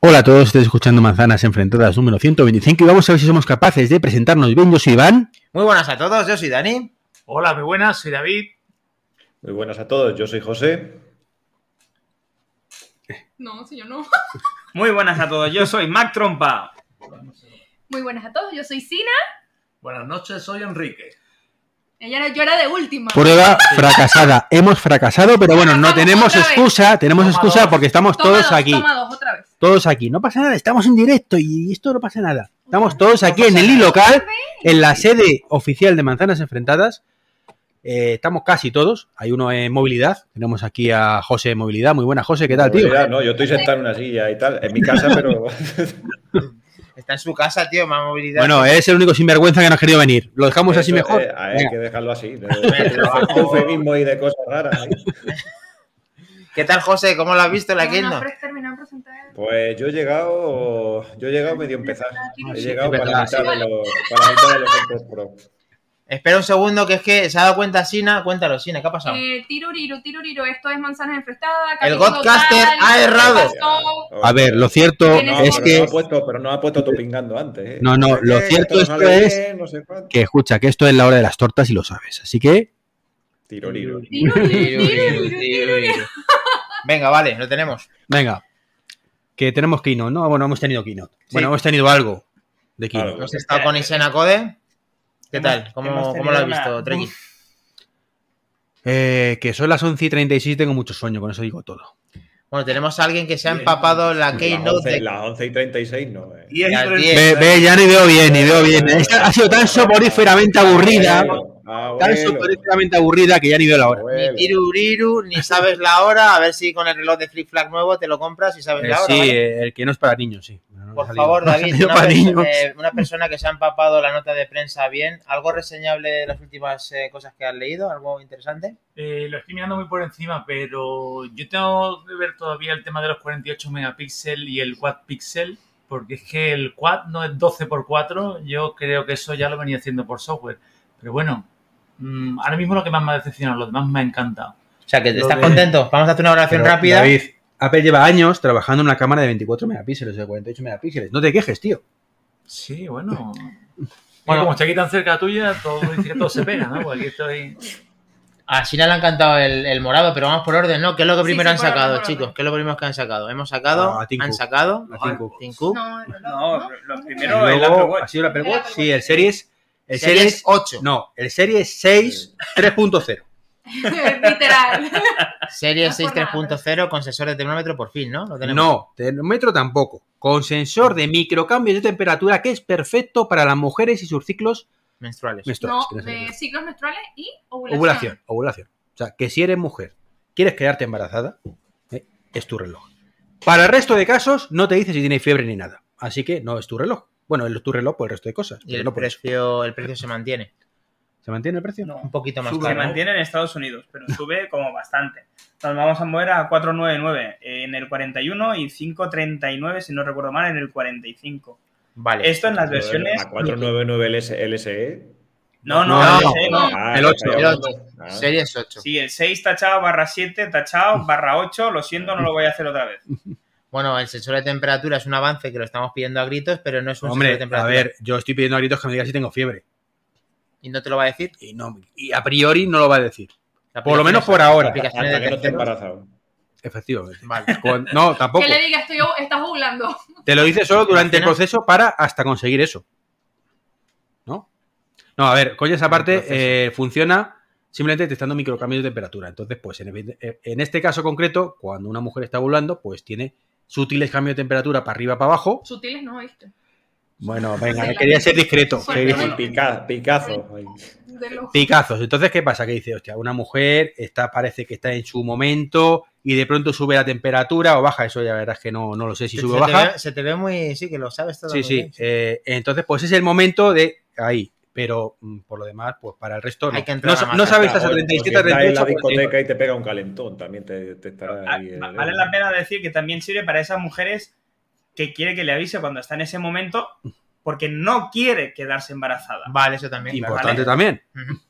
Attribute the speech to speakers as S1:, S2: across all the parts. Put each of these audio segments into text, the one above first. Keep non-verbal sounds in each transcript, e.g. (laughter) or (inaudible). S1: Hola a todos, estáis escuchando Manzanas Enfrentadas número 125 y vamos a ver si somos capaces de presentarnos bien. Yo soy Iván.
S2: Muy buenas a todos, yo soy Dani.
S3: Hola, muy buenas, soy David.
S4: Muy buenas a todos, yo soy José.
S5: No, si yo no.
S2: Muy buenas a todos, yo soy Mac Trompa.
S5: Muy buenas a todos, yo soy Sina.
S3: Buenas noches, soy Enrique.
S5: Ella era- yo era de última.
S1: Prueba fracasada. Hemos fracasado, pero bueno, no
S5: Vamos
S1: tenemos
S5: otra vez.
S1: excusa, tenemos
S3: Toma
S1: excusa
S3: dos.
S1: porque estamos
S5: Toma
S1: todos
S5: dos,
S1: aquí.
S5: Toma dos, otra vez.
S1: Todos aquí. No pasa nada, estamos en directo y esto no pasa nada. Estamos todos aquí en
S3: pasa
S1: el
S3: nada.
S1: iLocal, en la sede oficial de Manzanas Enfrentadas. Eh, estamos casi todos. Hay uno en movilidad. Tenemos aquí a José de movilidad. Muy buena, José. ¿Qué tal, tío?
S4: Mira, No, yo estoy sentado en una silla y tal, en mi casa,
S1: (laughs)
S4: pero
S2: Está en su casa, tío, más movilidad.
S1: Bueno, es el único sinvergüenza que no ha querido venir. Lo dejamos así
S4: Eso,
S1: mejor.
S4: eh, hay
S1: (laughs) Venga.
S4: que dejarlo así. De,
S2: Venga.
S4: de eufemismo y de cosas raras. ¿eh?
S2: ¿Qué tal, José? ¿Cómo lo has visto la
S5: Bueno,
S2: Kindle?
S5: pero es terminar de presentar.
S4: Pues yo he llegado, yo he llegado medio a empezar. He
S1: sí,
S4: llegado
S1: es
S4: para la
S1: verdad,
S4: mitad de los, para la mitad de los encuentros pro.
S2: Espera un segundo, que es que se ha dado cuenta Sina. Cuéntalo, Sina, ¿qué ha pasado?
S5: Eh, tiruriru, tiruriru, esto es manzanas enfrestadas.
S2: El
S5: capítulo
S2: Godcaster
S5: tal,
S2: ha errado.
S5: pasó.
S1: A ver, lo cierto
S4: No,
S5: Tienes-
S1: es
S4: pero
S1: que.
S4: no ha puesto, pero no ha puesto tú pingando antes. ¿eh?
S1: No, no,
S4: sé
S1: lo
S4: qué,
S1: cierto es
S4: esto no sale
S1: que es
S4: bien, no sé cuánto.
S1: que escucha, que esto es la hora de las tortas y lo sabes. Así que,
S4: Tiroliro.
S5: Tiruriru, tiruriru,
S2: Tiruriru,
S5: tiruriru.
S2: tiruriru. Venga, vale, lo tenemos.
S1: venga. Que tenemos keynote, ¿no? Ah, Bueno, hemos tenido keynote.
S2: Sí.
S1: Bueno, hemos tenido algo de keynote.
S4: Algo.
S2: Hemos estado con Isena Code. ¿Qué tal? ¿Cómo,
S3: hemos
S2: cómo lo has
S3: tenido
S2: visto,
S3: una-
S2: Treki?
S1: Eh, que son las 11 y 36, tengo mucho sueño, con eso digo todo.
S2: Bueno, tenemos a alguien que se ha empapado la
S4: Las
S2: Keynote
S4: 11,
S2: de
S4: las 11 y 36 no. eh.
S3: Y es
S2: Las
S3: el-
S2: diez.
S1: Ve, ve, ya ni veo bien, ni veo bien. Esta ha sido tan soporíferamente aburrida,
S4: Abuelo,
S1: tan
S4: abuelo,
S1: soporíferamente aburrida que ya ni veo la hora.
S2: Ni
S4: abuelo.
S2: tiruriru, ni sabes la hora. A ver si con el reloj de Flip Flag nuevo te lo compras y sabes
S1: Eh,
S2: la hora.
S1: sí,
S2: ¿vale?
S1: eh, el que no es para niños, sí. Bueno, no me ha
S2: Por
S1: salido. (laughs)
S2: favor,
S1: No me ha
S2: David,
S1: salido
S2: una,
S1: para
S2: perso-
S1: niños.
S2: eh, una persona que se ha empapado la nota de prensa bien, ¿algo reseñable de las últimas eh, cosas que has leído? ¿Algo interesante?
S3: Eh, lo estoy mirando muy por encima, pero yo tengo que ver todavía el tema de los 48 megapíxeles y el quad pixel, porque es que el quad no es 12 por 4 yo creo que eso ya lo venía haciendo por software. Pero bueno, mm, ahora mismo lo que más me ha decepcionado, lo demás me ha encantado.
S2: O sea, que
S3: Lo
S2: ¿estás
S3: de-
S2: contento? Vamos a hacer una oración
S1: Pero,
S2: rápida.
S1: David, Apple lleva años trabajando en una cámara de 24 megapíxeles, de 48 megapíxeles. No te quejes, tío.
S3: Sí, (laughs) bueno.
S2: Bueno.
S3: Bueno, como estoy aquí tan cerca tuya, todo, (laughs) dice que todo se pega, ¿no? Porque aquí estoy...
S2: A Sina le ha encantado el, el morado, pero vamos por orden, ¿no? ¿Qué es lo que
S5: Sí,
S2: primero
S5: sí,
S2: han
S5: por orden,
S2: sacado,
S5: por orden.
S2: chicos? ¿Qué es lo primero que han sacado? Hemos sacado,
S1: Ah, Tim
S2: han
S1: Cook.
S2: sacado,
S1: La Tim Cook.
S2: Tim Cook.
S5: No, no,
S6: No,
S5: no.
S6: los
S1: Y
S6: primeros el Apple
S1: luego,
S6: Watch.
S1: ¿Ha sido el Apple
S5: El
S1: Watch?
S5: Apple
S1: Sí,
S5: Watch.
S1: el Series. El
S2: Series
S1: Series.
S2: 8.
S1: No, el Series 6 3.0.
S5: (laughs)
S2: (laughs)
S5: Literal.
S2: Serie
S5: No es
S2: 6
S5: por nada,
S2: 3.0 con sensor de termómetro por fin, ¿no? Lo tenemos.
S1: No, termómetro tampoco. Con sensor de microcambios de temperatura que es perfecto para las mujeres y sus ciclos
S2: Menstruales.
S1: menstruales.
S5: No,
S1: que no sé
S5: de
S1: qué es.
S5: ciclos menstruales y ovulación.
S1: Ovulación, ovulación. O sea, que si eres mujer, quieres quedarte embarazada, ¿eh? es tu reloj. Para el resto de casos, no te dice si tienes fiebre ni nada. Así que no es tu reloj. Bueno, es tu reloj por el resto de cosas.
S2: Y
S1: pero
S2: el,
S1: no por eso.
S2: precio, el precio se mantiene.
S1: ¿Se mantiene el precio? No.
S2: Un poquito más
S6: Sube, se
S2: caro.
S6: mantiene en Estados Unidos, pero sube como bastante. Nos vamos a mover a 499 eh, en el 41 y 539, si no recuerdo mal, en el 45.
S2: Vale.
S6: Esto en las versiones.
S4: La 499 LS, LSE.
S6: No,
S1: No,
S6: no,
S1: no.
S6: ese,
S5: No.
S4: E. Ah,
S1: El ocho.
S2: El
S4: ah,
S2: 8.
S4: ah.
S2: Series 8.
S6: Sí, el 6 tachado barra 7 tachado barra 8. Lo siento, no lo voy a hacer otra vez.
S2: Bueno, el sensor de temperatura es un avance que lo estamos pidiendo a gritos, pero no es un sensor de
S1: Hombre, a
S2: temperatura.
S1: ver, yo estoy pidiendo a gritos que me diga si tengo fiebre.
S2: Y no te lo va a decir.
S1: Y, no, y a priori no lo va a decir.
S2: La
S1: Por lo
S2: aplicación
S1: menos
S2: es-
S1: por
S2: la
S1: ahora.
S2: aplicación es
S4: Hasta
S2: de
S4: que no esté
S2: terceros.
S4: embarazado.
S1: Efectivamente.
S2: Vale.
S1: Con- no, tampoco.
S5: (laughs) Que le diga, estoy, estás ovulando.
S1: Te lo dice solo durante el
S2: imaginas?
S1: proceso para hasta conseguir eso. ¿No? No, a ver, coño, esa parte
S2: proceso.
S1: eh, funciona simplemente testando microcambios de temperatura. Entonces, pues en, evi- eh, en este caso concreto, cuando una mujer está volando, pues tiene sutiles cambios de temperatura para arriba, para abajo.
S5: Sutiles no, ¿viste?
S1: Bueno, venga,
S5: Sí,
S1: me
S5: la-
S1: quería ser discreto.
S5: Suerte,
S1: Quería-
S5: bueno.
S4: Pica- picazo.
S5: De los...
S1: Picazos. Entonces, ¿qué pasa? Que dice, hostia, una mujer está, parece que está en su momento y de pronto sube la temperatura o baja. Eso ya verás que no, no lo sé (laughs) si
S2: Se-
S1: sube
S2: se
S1: o
S2: te
S1: baja.
S2: ve- Se te ve muy. Sí, que lo sabes todo.
S1: Sí,
S2: muy
S1: sí.
S2: bien.
S1: Eh, entonces, pues es el momento de ahí. Pero mm, por lo demás, pues para el resto no.
S2: Hay que
S1: no,
S2: entrar a
S1: sa-
S2: más
S1: no
S2: allá.
S1: sabes si estás a
S4: O- o
S1: 37,
S4: si estás en la
S1: 38,
S4: discoteca y te pega un calentón, también te, te estará
S6: Ah,
S4: ahí. el- E.
S6: va- Vale la pena decir que también sirve para esas mujeres que quiere que le avise cuando está en ese momento porque no quiere quedarse embarazada.
S2: Vale, eso también.
S1: Importante
S6: Vale.
S1: también.
S2: Ujú.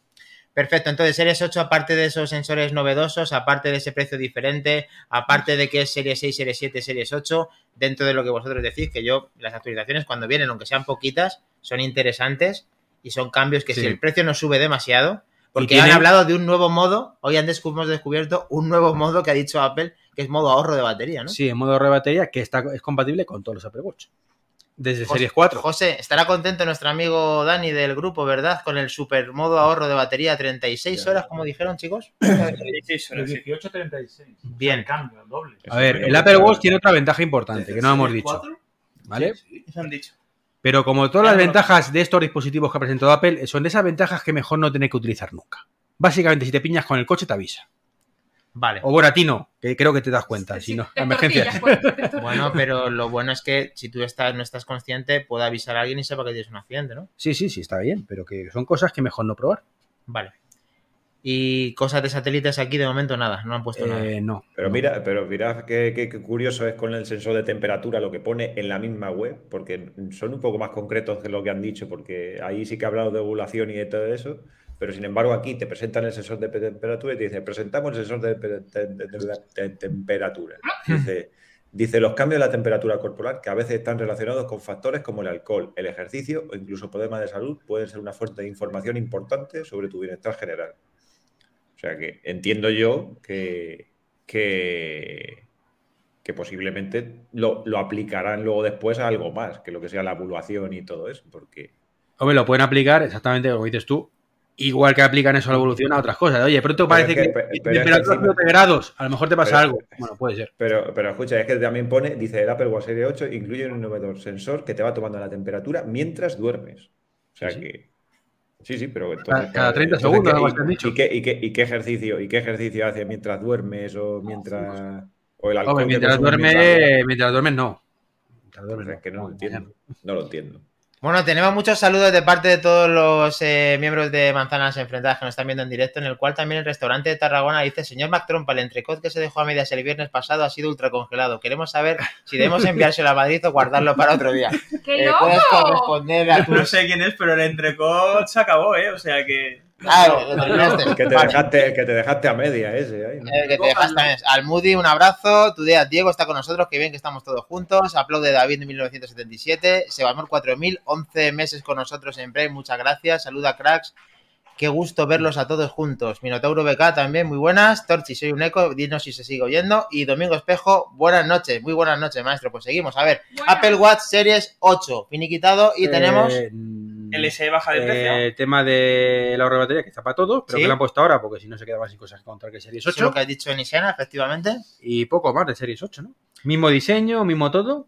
S2: Perfecto, entonces Series 8, aparte de esos sensores novedosos, aparte de ese precio diferente, aparte de que es Series 6, Series 7, Series 8, dentro de lo que vosotros decís, que yo, las actualizaciones cuando vienen, aunque sean poquitas, son interesantes y son cambios que
S1: Sí.
S2: si el precio no sube demasiado, porque
S1: tienen-
S2: han hablado de un nuevo modo, hoy han descu- hemos descubierto un nuevo modo que ha dicho Apple, que es modo ahorro de batería, ¿no?
S1: Sí, en modo de batería que está, es compatible con todos los Apple Watch. Desde
S2: José-
S1: Series 4.
S2: José, estará contento nuestro amigo Dani del grupo, ¿verdad? Con el super modo ahorro de batería 36 horas, como
S1: (clears throat)
S2: dijeron, chicos.
S6: Sí, sí,
S3: De
S6: sí.
S3: 18 a 36.
S2: Bien.
S3: El cambio, el doble.
S1: A ver, el Apple Watch tiene otra ventaja importante que no hemos dicho, ¿vale?
S6: Eso han dicho.
S1: Pero como todas las
S6: Claro.
S1: ventajas de estos dispositivos que ha presentado Apple, eh, son de esas ventajas que mejor no tener que utilizar nunca. Básicamente, si te piñas con el coche, te avisa.
S2: Vale.
S1: O bueno, a ti no, que creo que te das cuenta, si no,
S5: te
S1: emergencias.
S5: tortillas,
S2: (laughs)
S5: pues, te tortillas.
S2: Bueno, pero lo bueno es que si tú estás, no estás consciente, pueda avisar a alguien y sepa que tienes un accidente, ¿no?
S1: Sí, sí, sí, está bien, pero que son cosas que mejor no probar.
S2: Vale. Y cosas de satélites aquí, de momento nada, no han puesto nada.
S1: Eh, no.
S4: Pero mira, pero mira qué, qué- qué curioso es con el sensor de temperatura lo que pone en la misma web, porque son un poco más concretos de lo que han dicho, porque ahí sí que ha hablado de ovulación y de todo eso, pero sin embargo aquí te presentan el sensor de pe- temperatura y te dice, presentamos el sensor de, pe- te- de- de- de- de temperatura. Dice, dice, los cambios de la temperatura corporal, que a veces están relacionados con factores como el alcohol, el ejercicio o incluso problemas de salud, pueden ser una fuente de información importante sobre tu bienestar general. O sea que entiendo yo que, que, que posiblemente lo, lo aplicarán luego después a algo más, que lo que sea la evaluación y todo eso, porque
S1: Hombre, lo pueden aplicar exactamente como dices tú, igual que aplican eso a la evolución a otras cosas. Oye, pronto
S4: Pero
S1: parece
S4: es
S1: que,
S4: que- pero es que
S1: temperatura
S4: encima-
S1: 7 grados, a lo mejor te pasa
S4: pero-
S1: algo. Bueno, puede ser.
S4: Pero, pero escucha, es que también pone, dice el Apple Watch Series 8, incluye un innovador sensor que te va tomando la temperatura mientras duermes. O sea
S1: Sí, sí.
S4: que. Sí, sí, pero entonces.
S1: Cada- cada 30
S4: entonces,
S1: segundos,
S4: ¿qué-
S1: algo
S4: y-
S1: así han dicho.
S4: ¿Y qué, y qué- y qué ejercicio, y qué ejercicio haces mientras duermes o mientras. O el alcohol
S1: Ah, pues. Hombre,
S4: que
S1: mientras
S4: consumes
S1: duermes, pues,
S4: mientras-
S1: mientras duermes, no. Mientras
S4: O
S1: duermes,
S4: sea, es que no lo entiendo. No lo entiendo. (laughs)
S2: Bueno, tenemos muchos saludos de parte de todos los eh, miembros de Manzanas Enfrentadas que nos están viendo en directo, en el cual también el restaurante de Tarragona dice, señor Mactrompa, el entrecot que se dejó a medias el viernes pasado ha sido ultracongelado. Queremos saber si debemos enviárselo a Madrid o guardarlo para otro día.
S5: ¡Qué
S2: Eh, puedes
S5: loco!
S2: corresponder a tu...
S6: No sé quién es, pero el entrecot se acabó, ¿eh? O sea que.
S2: Ah, lo terminaste.
S4: El que te
S2: Vale.
S4: dejaste, el que te dejaste a media ese ahí, ¿no?
S2: El Eh, que te dejas también. Al Moody, un abrazo. Tu día, Diego, está con nosotros. Que bien que estamos todos juntos. Aplaude David de 1977. Sebamor 4000, 11 meses con nosotros en Prime. Muchas gracias. Saluda, cracks. Qué gusto verlos a todos juntos. Minotauro BK también, muy buenas. Torchi, soy un eco. Dinos si se sigue oyendo. Y Domingo Espejo, buenas noches. Muy buenas noches, maestro. Pues seguimos. A ver,
S5: Bueno,
S2: Apple Watch Series 8, finiquitado.
S1: Eh,
S2: Y tenemos.
S6: El SE baja de precio.
S2: Eh,
S1: El Eh, tema de la ahorro de batería que está para todos, pero
S2: Sí.
S1: que lo han puesto ahora porque si no se quedaban sin cosas que contar que Series
S2: eso es
S1: 8
S2: lo que has dicho en Isiana, efectivamente.
S1: y poco más de Series 8, ¿no? Mismo diseño, mismo todo.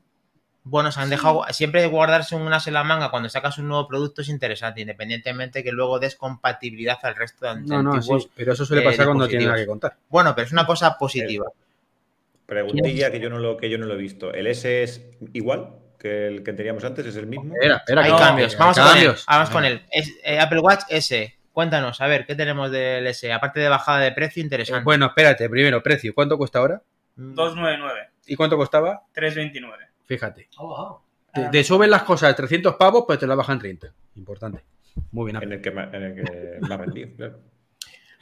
S2: Bueno, se han dejado siempre guardarse un as en la manga cuando sacas un nuevo producto es interesante, independientemente que luego des compatibilidad al resto de
S1: No, no,
S2: antiguos.
S1: sí, pero eso suele
S2: eh,
S1: pasar cuando tiene
S2: dispositivos.
S1: nada que contar.
S2: Bueno, pero es una cosa positiva.
S1: Eh,
S4: Preguntilla que yo no lo, que yo no lo he visto. ¿El S es igual que el que teníamos antes? ¿Es el mismo?
S1: Espera, espera,
S2: Hay
S1: que-
S2: cambios.
S1: que-
S2: Vamos
S1: hay
S2: con él.
S1: cambios.
S2: Vamos con él. Es- eh, Apple Watch S. Cuéntanos, a ver, ¿qué tenemos del S? Aparte de bajada de precio,
S1: Eh,
S2: interesante. Mm,
S1: Bueno, espérate, primero, precio. ¿Cuánto cuesta ahora?
S6: 299,
S1: ¿Y cuánto costaba?
S6: 329.
S1: Fíjate.
S3: Oh, wow.
S1: Te, te suben las cosas 300 pavos, pues te las bajan 30. Importante. Muy bien.
S4: En el que, ma- en el que
S2: (laughs)
S4: me ha vendido, claro.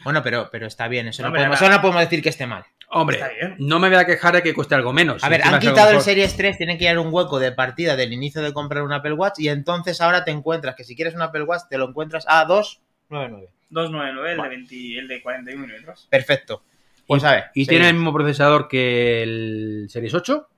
S2: Bueno, pero, pero está bien. Eso no,
S6: Hombre,
S2: podemos,
S6: nada.
S2: eso no podemos decir que esté mal.
S1: Hombre,
S6: Está bien.
S1: no me voy a quejar de que cueste algo menos.
S2: A ver,
S1: Pues Encima
S2: han
S1: es algo
S2: quitado el
S1: mejor.
S2: Series 3, tienen que llenar un hueco de partida del inicio de comprar un Apple Watch y entonces ahora te encuentras que si quieres un Apple Watch te lo encuentras a 299.
S6: 299, el de, 20, el de 41 milímetros.
S2: Perfecto. Pues
S1: Y-
S2: a ver.
S1: Y
S2: seguimos.
S1: tiene el mismo procesador que el Series 8,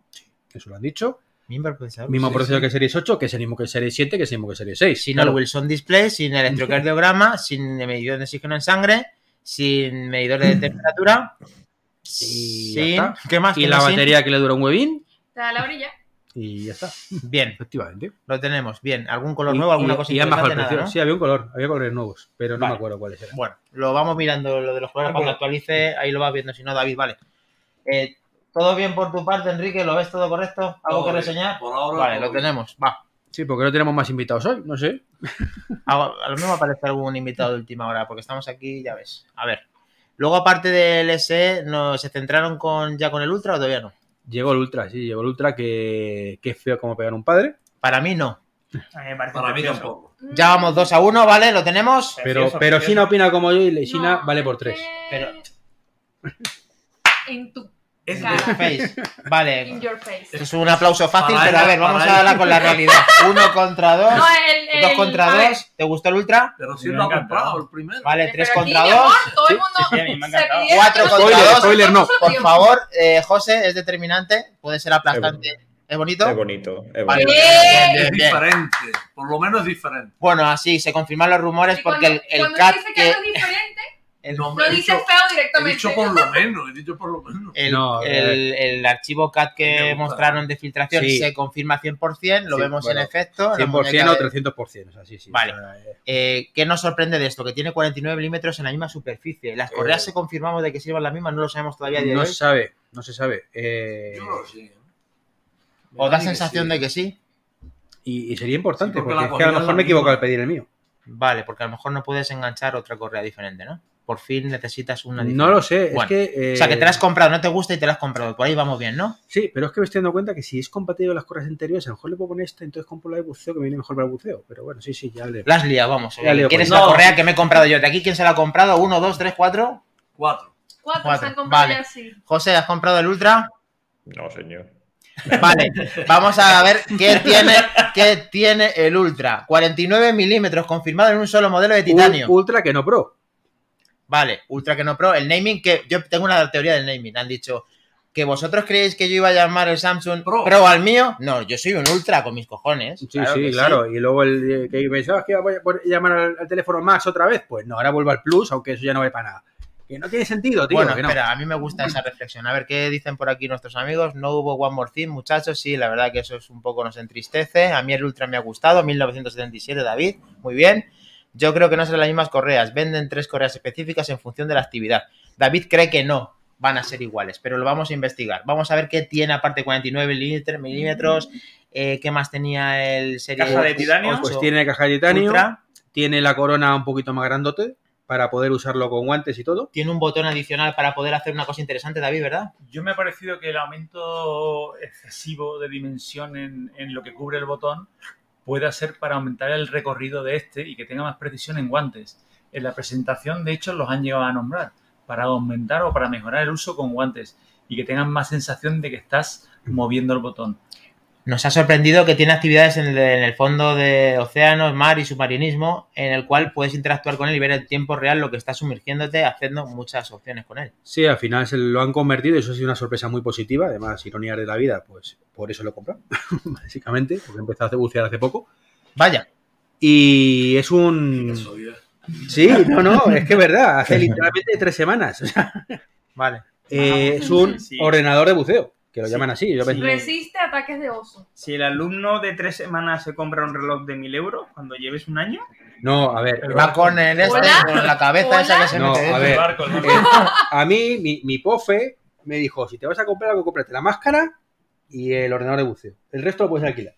S1: eso lo han dicho.
S2: Mimbar procesador.
S1: Mismo
S2: Sí,
S1: procesador
S2: sí.
S1: que el Series 8, que es el mismo que el Series 7, que es el mismo que el Series 6.
S2: Sin
S1: Claro,
S2: el Wilson Display, sin electrocardiograma, sin medidor de oxígeno en sangre, sin medidores de temperatura.
S1: Y ya
S2: sin...
S1: está.
S2: ¿Qué más?
S1: Y
S2: ¿Qué
S1: la
S2: más sin?
S1: batería que le dura un huevín
S5: Te da la orilla.
S1: y ya está,
S2: Bien,
S1: efectivamente.
S2: lo tenemos. Bien. ¿Algún color
S1: Y-
S2: nuevo? ¿Alguna
S1: y-
S2: cosa
S1: y han bajado el
S2: interesante?
S1: precio.
S2: Nada, ¿no?
S1: Sí, había un color, había colores nuevos, pero no
S2: Vale.
S1: me acuerdo cuáles eran.
S2: Bueno, lo vamos mirando lo de los colores
S6: Ah,
S2: cuando
S6: bueno.
S2: actualice. Ahí lo vas viendo. Si no, David, vale. Eh, ¿Todo bien por tu parte, Enrique? ¿Lo ves todo correcto? ¿Algo
S7: Todo
S2: que
S7: bien.
S2: reseñar?
S7: Por ahora.
S2: Vale,
S7: todo
S2: lo
S7: bien.
S2: tenemos. Va.
S1: Sí, porque no tenemos más invitados hoy, no sé.
S2: A, Ah, a lo mismo aparece algún invitado de última hora, porque estamos aquí, ya ves. A ver. Luego, aparte del SE, ¿no, ¿se centraron con, ya con el Ultra o todavía no?
S1: Llegó el Ultra, sí, llegó el Ultra, que, que es feo como pegar un padre.
S2: Para mí no.
S6: A mí me parece
S7: Para mí
S6: precioso.
S7: tampoco.
S2: Ya vamos 2 a 1, ¿vale? ¿Lo tenemos?
S1: Pero,
S6: Precioso,
S1: pero
S6: precioso.
S1: Sina opina como yo y Sina
S5: No,
S1: vale por
S5: es
S1: tres.
S5: que-
S2: Pero-
S5: eh,
S2: (laughs)
S5: En tu
S7: Es
S5: Claro.
S7: de-
S2: Face.
S5: in (laughs)
S2: Vale.
S5: your face.
S2: Es un aplauso fácil,
S7: Para
S2: pero
S7: él,
S2: a ver, vamos
S7: para
S2: a
S7: él.
S2: darla con la
S7: (laughs)
S2: realidad. Uno contra dos.
S5: No, el, el,
S2: dos
S5: a
S2: contra
S5: ver,
S2: dos. ¿Te gustó el ultra?
S7: Pero si
S6: Me
S7: lo ha
S6: encanta.
S7: comprado el primero.
S2: Vale,
S5: pero
S2: tres
S5: aquí,
S2: contra
S5: mi
S2: dos.
S5: amor, todo el mundo
S6: sí, a mí me ha
S5: se
S6: encantado.
S5: pidiera
S2: Cuatro
S5: que no se
S2: contra
S5: pidiera
S2: dos.
S1: Spoiler, no.
S5: solo
S2: Por
S5: tiempo.
S2: favor, eh, José, es determinante. Puede ser aplastante. ¿Es bonito?
S4: Es bonito. es
S5: Eh.
S2: Vale.
S4: bonito.
S2: Bien,
S7: Es
S2: bien, bien.
S7: diferente. Por lo menos es diferente.
S2: Bueno, así se confirman los rumores
S5: Y
S2: porque el, el
S5: cuando
S2: cat
S5: dice que
S2: que,
S5: algo es diferente,
S2: el,
S7: No, hombre,
S5: lo
S7: he
S5: dice
S7: dicho-
S5: feo
S7: He
S5: directamente.
S7: dicho por lo menos. He dicho por lo menos.
S2: el-
S1: No,
S2: el- el archivo cat
S7: Me
S2: que
S7: gusta.
S2: mostraron de filtración
S1: Sí.
S2: se confirma 100%, lo
S1: Sí,
S2: vemos
S1: bueno,
S2: en efecto. la
S1: 100%
S2: muñeca
S1: o
S2: de-
S1: 300%. O sea, sí, sí,
S2: Vale.
S1: o sea, eh,
S2: Eh, ¿Qué nos sorprende de esto? Que tiene 49 milímetros en la misma superficie. Las correas
S7: Eh.
S2: se confirmamos de que sirvan las mismas, no lo sabemos todavía a día
S1: no
S2: de
S1: se
S2: hoy.
S1: sabe, no se sabe. Eh,
S7: Yo lo sé.
S2: ¿O da sensación de que sí?
S1: y, y sería importante,
S7: Sí, porque
S1: porque,
S7: la
S1: es que a
S7: comida
S1: lo
S7: es la
S1: mejor me he equivocado al
S7: misma.
S1: pedir el mío.
S2: Vale, porque a lo mejor no puedes enganchar otra correa diferente, ¿no? Por fin necesitas una diferente.
S1: No lo sé,
S2: Bueno,
S1: es que. eh,
S2: O sea, que te la has comprado, no te gusta y te la has comprado. Por ahí vamos bien, ¿no?
S1: Sí, pero es que me estoy dando cuenta que si es compatible con las correas anteriores, a lo mejor le puedo poner esta, entonces compro la de buceo que me viene mejor para el buceo. Pero bueno, sí, sí, ya le.
S2: La has liado, vamos.
S1: Ya leo,
S2: ¿Quieres
S1: pues.
S2: la
S7: No.
S2: correa que me he comprado yo? ¿De aquí quién se la ha comprado? ¿Uno, dos, tres, cuatro?
S7: Cuatro.
S5: Cuatro,
S2: Cuatro,
S5: se han comprado
S2: vale.
S5: ya así.
S2: José, ¿has comprado el Ultra?
S4: No, señor.
S2: Vale, vamos a ver qué tiene, qué tiene el Ultra. 49 milímetros confirmado en un solo modelo de titanio.
S1: Ul- Ultra que no pro.
S2: Vale, Ultra que no Pro. El naming, que yo tengo una teoría del naming. Han dicho que vosotros creéis que yo iba a llamar el Samsung Pro,
S7: Pro.
S2: al mío. No, yo soy un Ultra con mis cojones.
S1: Sí,
S2: que
S1: sí, claro. Y luego el eh, que pensabas que iba a poner- llamar al, al teléfono Max otra vez, pues no, ahora vuelvo al Plus, aunque eso ya no vale para nada. Que no tiene sentido, tío.
S2: bueno,
S1: que no.
S2: espera, a mí me gusta esa reflexión. A ver qué dicen por aquí nuestros amigos. No hubo One More Thing, muchachos. Sí, la verdad que eso es un poco nos entristece. A mí el Ultra me ha gustado. 1977, David. Muy bien. Yo creo que no serán las mismas correas. Venden tres correas específicas en función de la actividad. David cree que no van a ser iguales, pero lo vamos a investigar. Vamos a ver qué tiene aparte 49 milímetros, milímetros. eh, ¿Qué más tenía el serie
S6: Caja de titanio.
S2: ocho
S1: Pues tiene caja de titanio,
S2: Ultra?
S1: tiene la corona un poquito más grandote para poder usarlo con guantes y todo.
S2: Tiene un botón adicional para poder hacer una cosa interesante, David, ¿verdad?
S3: Yo me ha parecido que el aumento excesivo de dimensión en, en lo que cubre el botón pueda ser para aumentar el recorrido de este y que tenga más precisión en guantes. En la presentación, de hecho, los han llegado a nombrar para aumentar o para mejorar el uso con guantes y que tengan más sensación de que estás moviendo el botón.
S2: Nos ha sorprendido que tiene actividades en el, en el fondo de océanos, mar y submarinismo, en el cual puedes interactuar con él y ver en tiempo real lo que está sumergiéndote, haciendo muchas opciones con él.
S1: Sí, al final se lo han convertido y eso ha sido una sorpresa muy positiva. Además, ironía de la vida, pues por eso lo he comprado, (laughs) básicamente, porque he empezado a bucear hace poco.
S2: Vaya,
S1: Y es un...
S7: Eso, ya.
S1: Sí, no, no, es que es verdad, hace literalmente tres semanas. O sea,
S2: vale.
S1: eh, es un
S6: Sí.
S1: ordenador de buceo, que lo
S6: Sí,
S1: llaman así. Yo
S6: sí.
S1: pensé-
S5: Resiste ataques de oso.
S6: Si el alumno de tres semanas se compra un reloj de mil euros, cuando lleves un año,
S7: Eh,
S1: No, a ver,
S2: Va con el este,
S5: Hola.
S2: con la cabeza esa que se
S1: No,
S2: mete
S1: a
S2: dentro.
S1: ver.
S3: El barco,
S6: pues,
S3: el barco.
S1: Eh, a mí, mi, mi pofe me dijo: si te vas a comprar algo, cómprate la máscara y el ordenador de buceo. El resto lo puedes alquilar.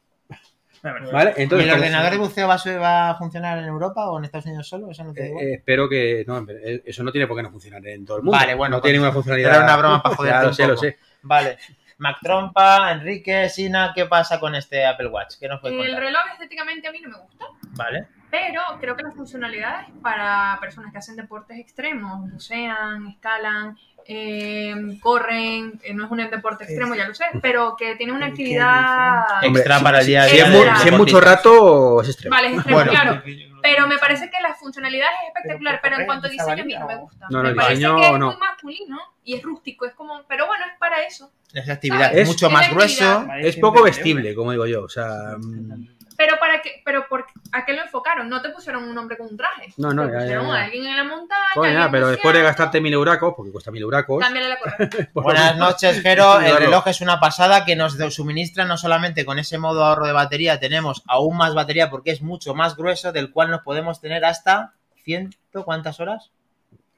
S6: me parece-
S1: ¿Vale?
S2: ¿Y
S1: Entonces,
S2: el
S1: como-
S2: ordenador de buceo va a, su- va a funcionar en Europa o en Estados Unidos solo? Eso no te da
S1: eh,
S2: igual.
S1: eh, espero que. No, hombre, eh, eso no tiene por qué no funcionar en todo el mundo.
S2: Vale, bueno,
S1: No tiene
S2: pues,
S1: ninguna funcionalidad.
S2: era una broma para joderte
S1: (laughs) Ya lo
S2: un
S1: sé, lo
S2: poco.
S1: sé.
S2: Vale. Mac Trompa, Enrique, Sina, ¿qué pasa con este Apple Watch? ¿Qué nos puedes
S5: El
S2: contar?
S5: reloj estéticamente a mí no me gusta,
S2: Vale.
S5: pero creo que las funcionalidades para personas que hacen deportes extremos, bucean, escalan, eh, corren, eh, no es un deporte extremo, ya lo sé, pero que tienen una actividad...
S6: Hombre,
S2: Extra para el día a
S1: Si
S2: día.
S1: es,
S5: Era-
S1: mu- si
S2: del
S1: es mucho
S2: deportista.
S1: rato, es extremo.
S5: Vale, es extremo,
S2: Bueno.
S5: claro. Pero me parece que la funcionalidad es espectacular,
S6: Pero,
S5: pero en cuanto a
S6: ¿esa
S5: diseño a mí
S6: varilla
S5: no me
S6: o-
S5: gusta.
S1: No, no,
S5: me
S1: el
S5: parece
S1: diseño
S5: que es
S1: no.
S5: muy masculino y es rústico, es como, pero bueno, es para eso.
S2: Es actividad
S1: Es-
S2: mucho más
S5: es actividad.
S2: grueso.
S1: Es poco vestible, como digo yo. O sea. mm,
S5: Pero para qué, pero por a qué lo enfocaron? No te pusieron un hombre con un traje.
S1: No, no,
S5: Te
S1: ya, ya,
S5: pusieron
S1: ya.
S5: a alguien en la montaña.
S1: coño, nada,
S5: alguien
S1: pero después de
S5: buceando,
S1: gastarte mil euracos, porque cuesta mil euracos. (laughs)
S5: Cámbiale la correa.
S1: por-
S2: Buenas noches, Jero. El
S1: Claro.
S2: reloj es una pasada que nos suministra no solamente con ese modo ahorro de batería, tenemos aún más batería porque es mucho más grueso, del cual nos podemos tener hasta 100, ¿cuántas horas?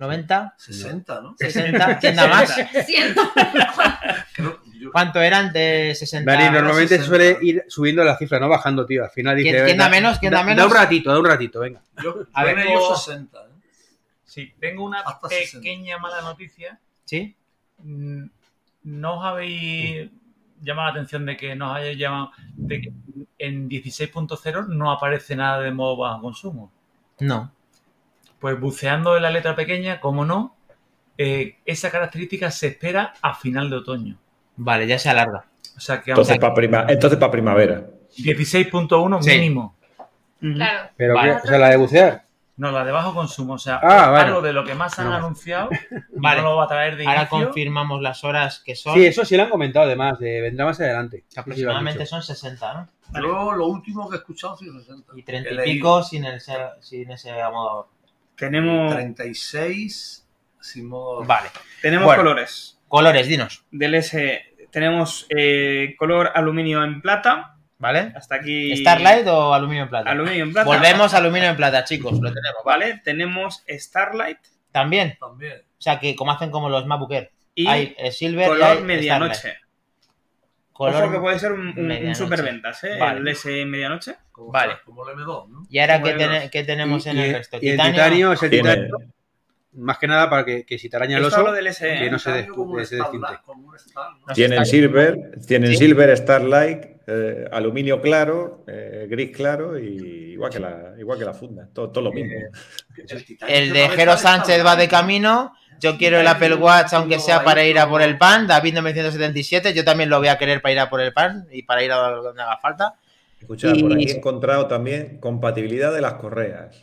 S2: ¿90?
S7: 60, ¿no?
S2: 60, 60 más.
S5: Siento.
S7: Creo- yo-
S2: ¿Cuánto eran de 60?
S1: Dani, normalmente se
S7: 60.
S1: suele ir subiendo la cifra, no bajando, tío. Al final dice.
S2: ¿Quién- quién da
S1: venga,
S2: menos? ¿Quién da menos?
S1: Da un ratito, da un ratito, venga.
S7: Yo,
S2: (laughs) A
S7: a
S2: ver,
S7: ver,
S2: como-
S7: 60. ¿eh?
S3: Sí, tengo una
S7: Hasta 60.
S3: pequeña mala noticia.
S2: ¿Sí?
S3: Mm, no os habéis llamado la atención de que nos hayáis llamado de que en 16.0 no aparece nada de modo bajo consumo.
S2: No.
S3: Pues buceando en la letra pequeña, como no, eh, esa característica se espera a final de otoño.
S2: Vale, ya se alarga.
S3: O sea que vamos
S4: Entonces para primavera.
S3: a 16.1
S2: Sí.
S3: mínimo.
S5: Claro.
S1: Pero
S2: Vale.
S1: que- o sea, la de bucear.
S3: No, la de bajo consumo. O sea,
S1: Ah, vale.
S3: algo de lo que más han
S1: No.
S3: anunciado
S2: Vale.
S3: no lo va a traer de
S2: Ahora
S3: inicio.
S2: confirmamos las horas que son.
S1: Sí, eso sí lo han comentado además, de, vendrá más adelante.
S2: que aproximadamente son 60, ¿no?
S7: Yo lo último que he escuchado sí 60.
S2: Y 30
S7: He
S2: y
S7: leído
S2: pico sin, el, ser- sin ese modo.
S6: Tenemos,
S7: 36 sin modo.
S2: Vale.
S6: tenemos
S2: Bueno.
S6: colores.
S2: Colores, dinos.
S6: Del S E. tenemos eh, color aluminio en plata.
S2: ¿Vale?
S6: Hasta aquí.
S2: ¿Starlight o aluminio en plata?
S6: Aluminio en plata.
S2: Volvemos a aluminio en plata, chicos. Lo tenemos, ¿vale?
S6: Vale, tenemos Starlight
S2: También.
S7: También.
S2: O sea, que como hacen como los MacBook Air.
S6: y
S2: hay eh, Silver y hay
S6: color
S2: Starlight.
S6: medianoche.
S2: Color-
S6: Ojo que puede ser un, un- un
S2: medianoche.
S6: superventas, ¿eh?
S2: Vale.
S6: El S medianoche.
S7: Como,
S2: Vale.
S7: Como el M2, ¿no?
S2: Y ahora,
S6: como
S2: ¿qué,
S6: el
S2: tene-
S6: bronce.
S2: qué tenemos
S1: Y-
S2: en
S1: y-
S2: el resto?
S1: Y el titanio es el
S4: Tiene-
S1: titanio, más que nada para que, que si te araña el
S6: Esto
S1: oso,
S6: hablo del S. E.
S1: que no se
S7: Titanio como un
S1: des- se
S7: Starlight,
S1: destinte.
S7: como un Star, ¿no?
S2: No sé,
S4: Tienen
S2: está-
S4: silver, tienen
S2: Sí.
S4: silver, starlight, eh, aluminio claro, eh, gris claro y igual que la, igual que la funda, todo, todo lo
S2: Eh,
S4: mismo.
S7: El, Titanic
S2: El
S7: se
S2: de
S7: parece
S2: Jero
S7: al
S2: Sánchez
S7: Starlight.
S2: va de camino. Yo quiero el Apple Watch, aunque sea para ir a por el pan. David 977, yo también lo voy a querer para ir a por el pan y para ir a donde haga falta.
S4: Escucha,
S2: Y-
S4: por aquí he encontrado también compatibilidad de las correas.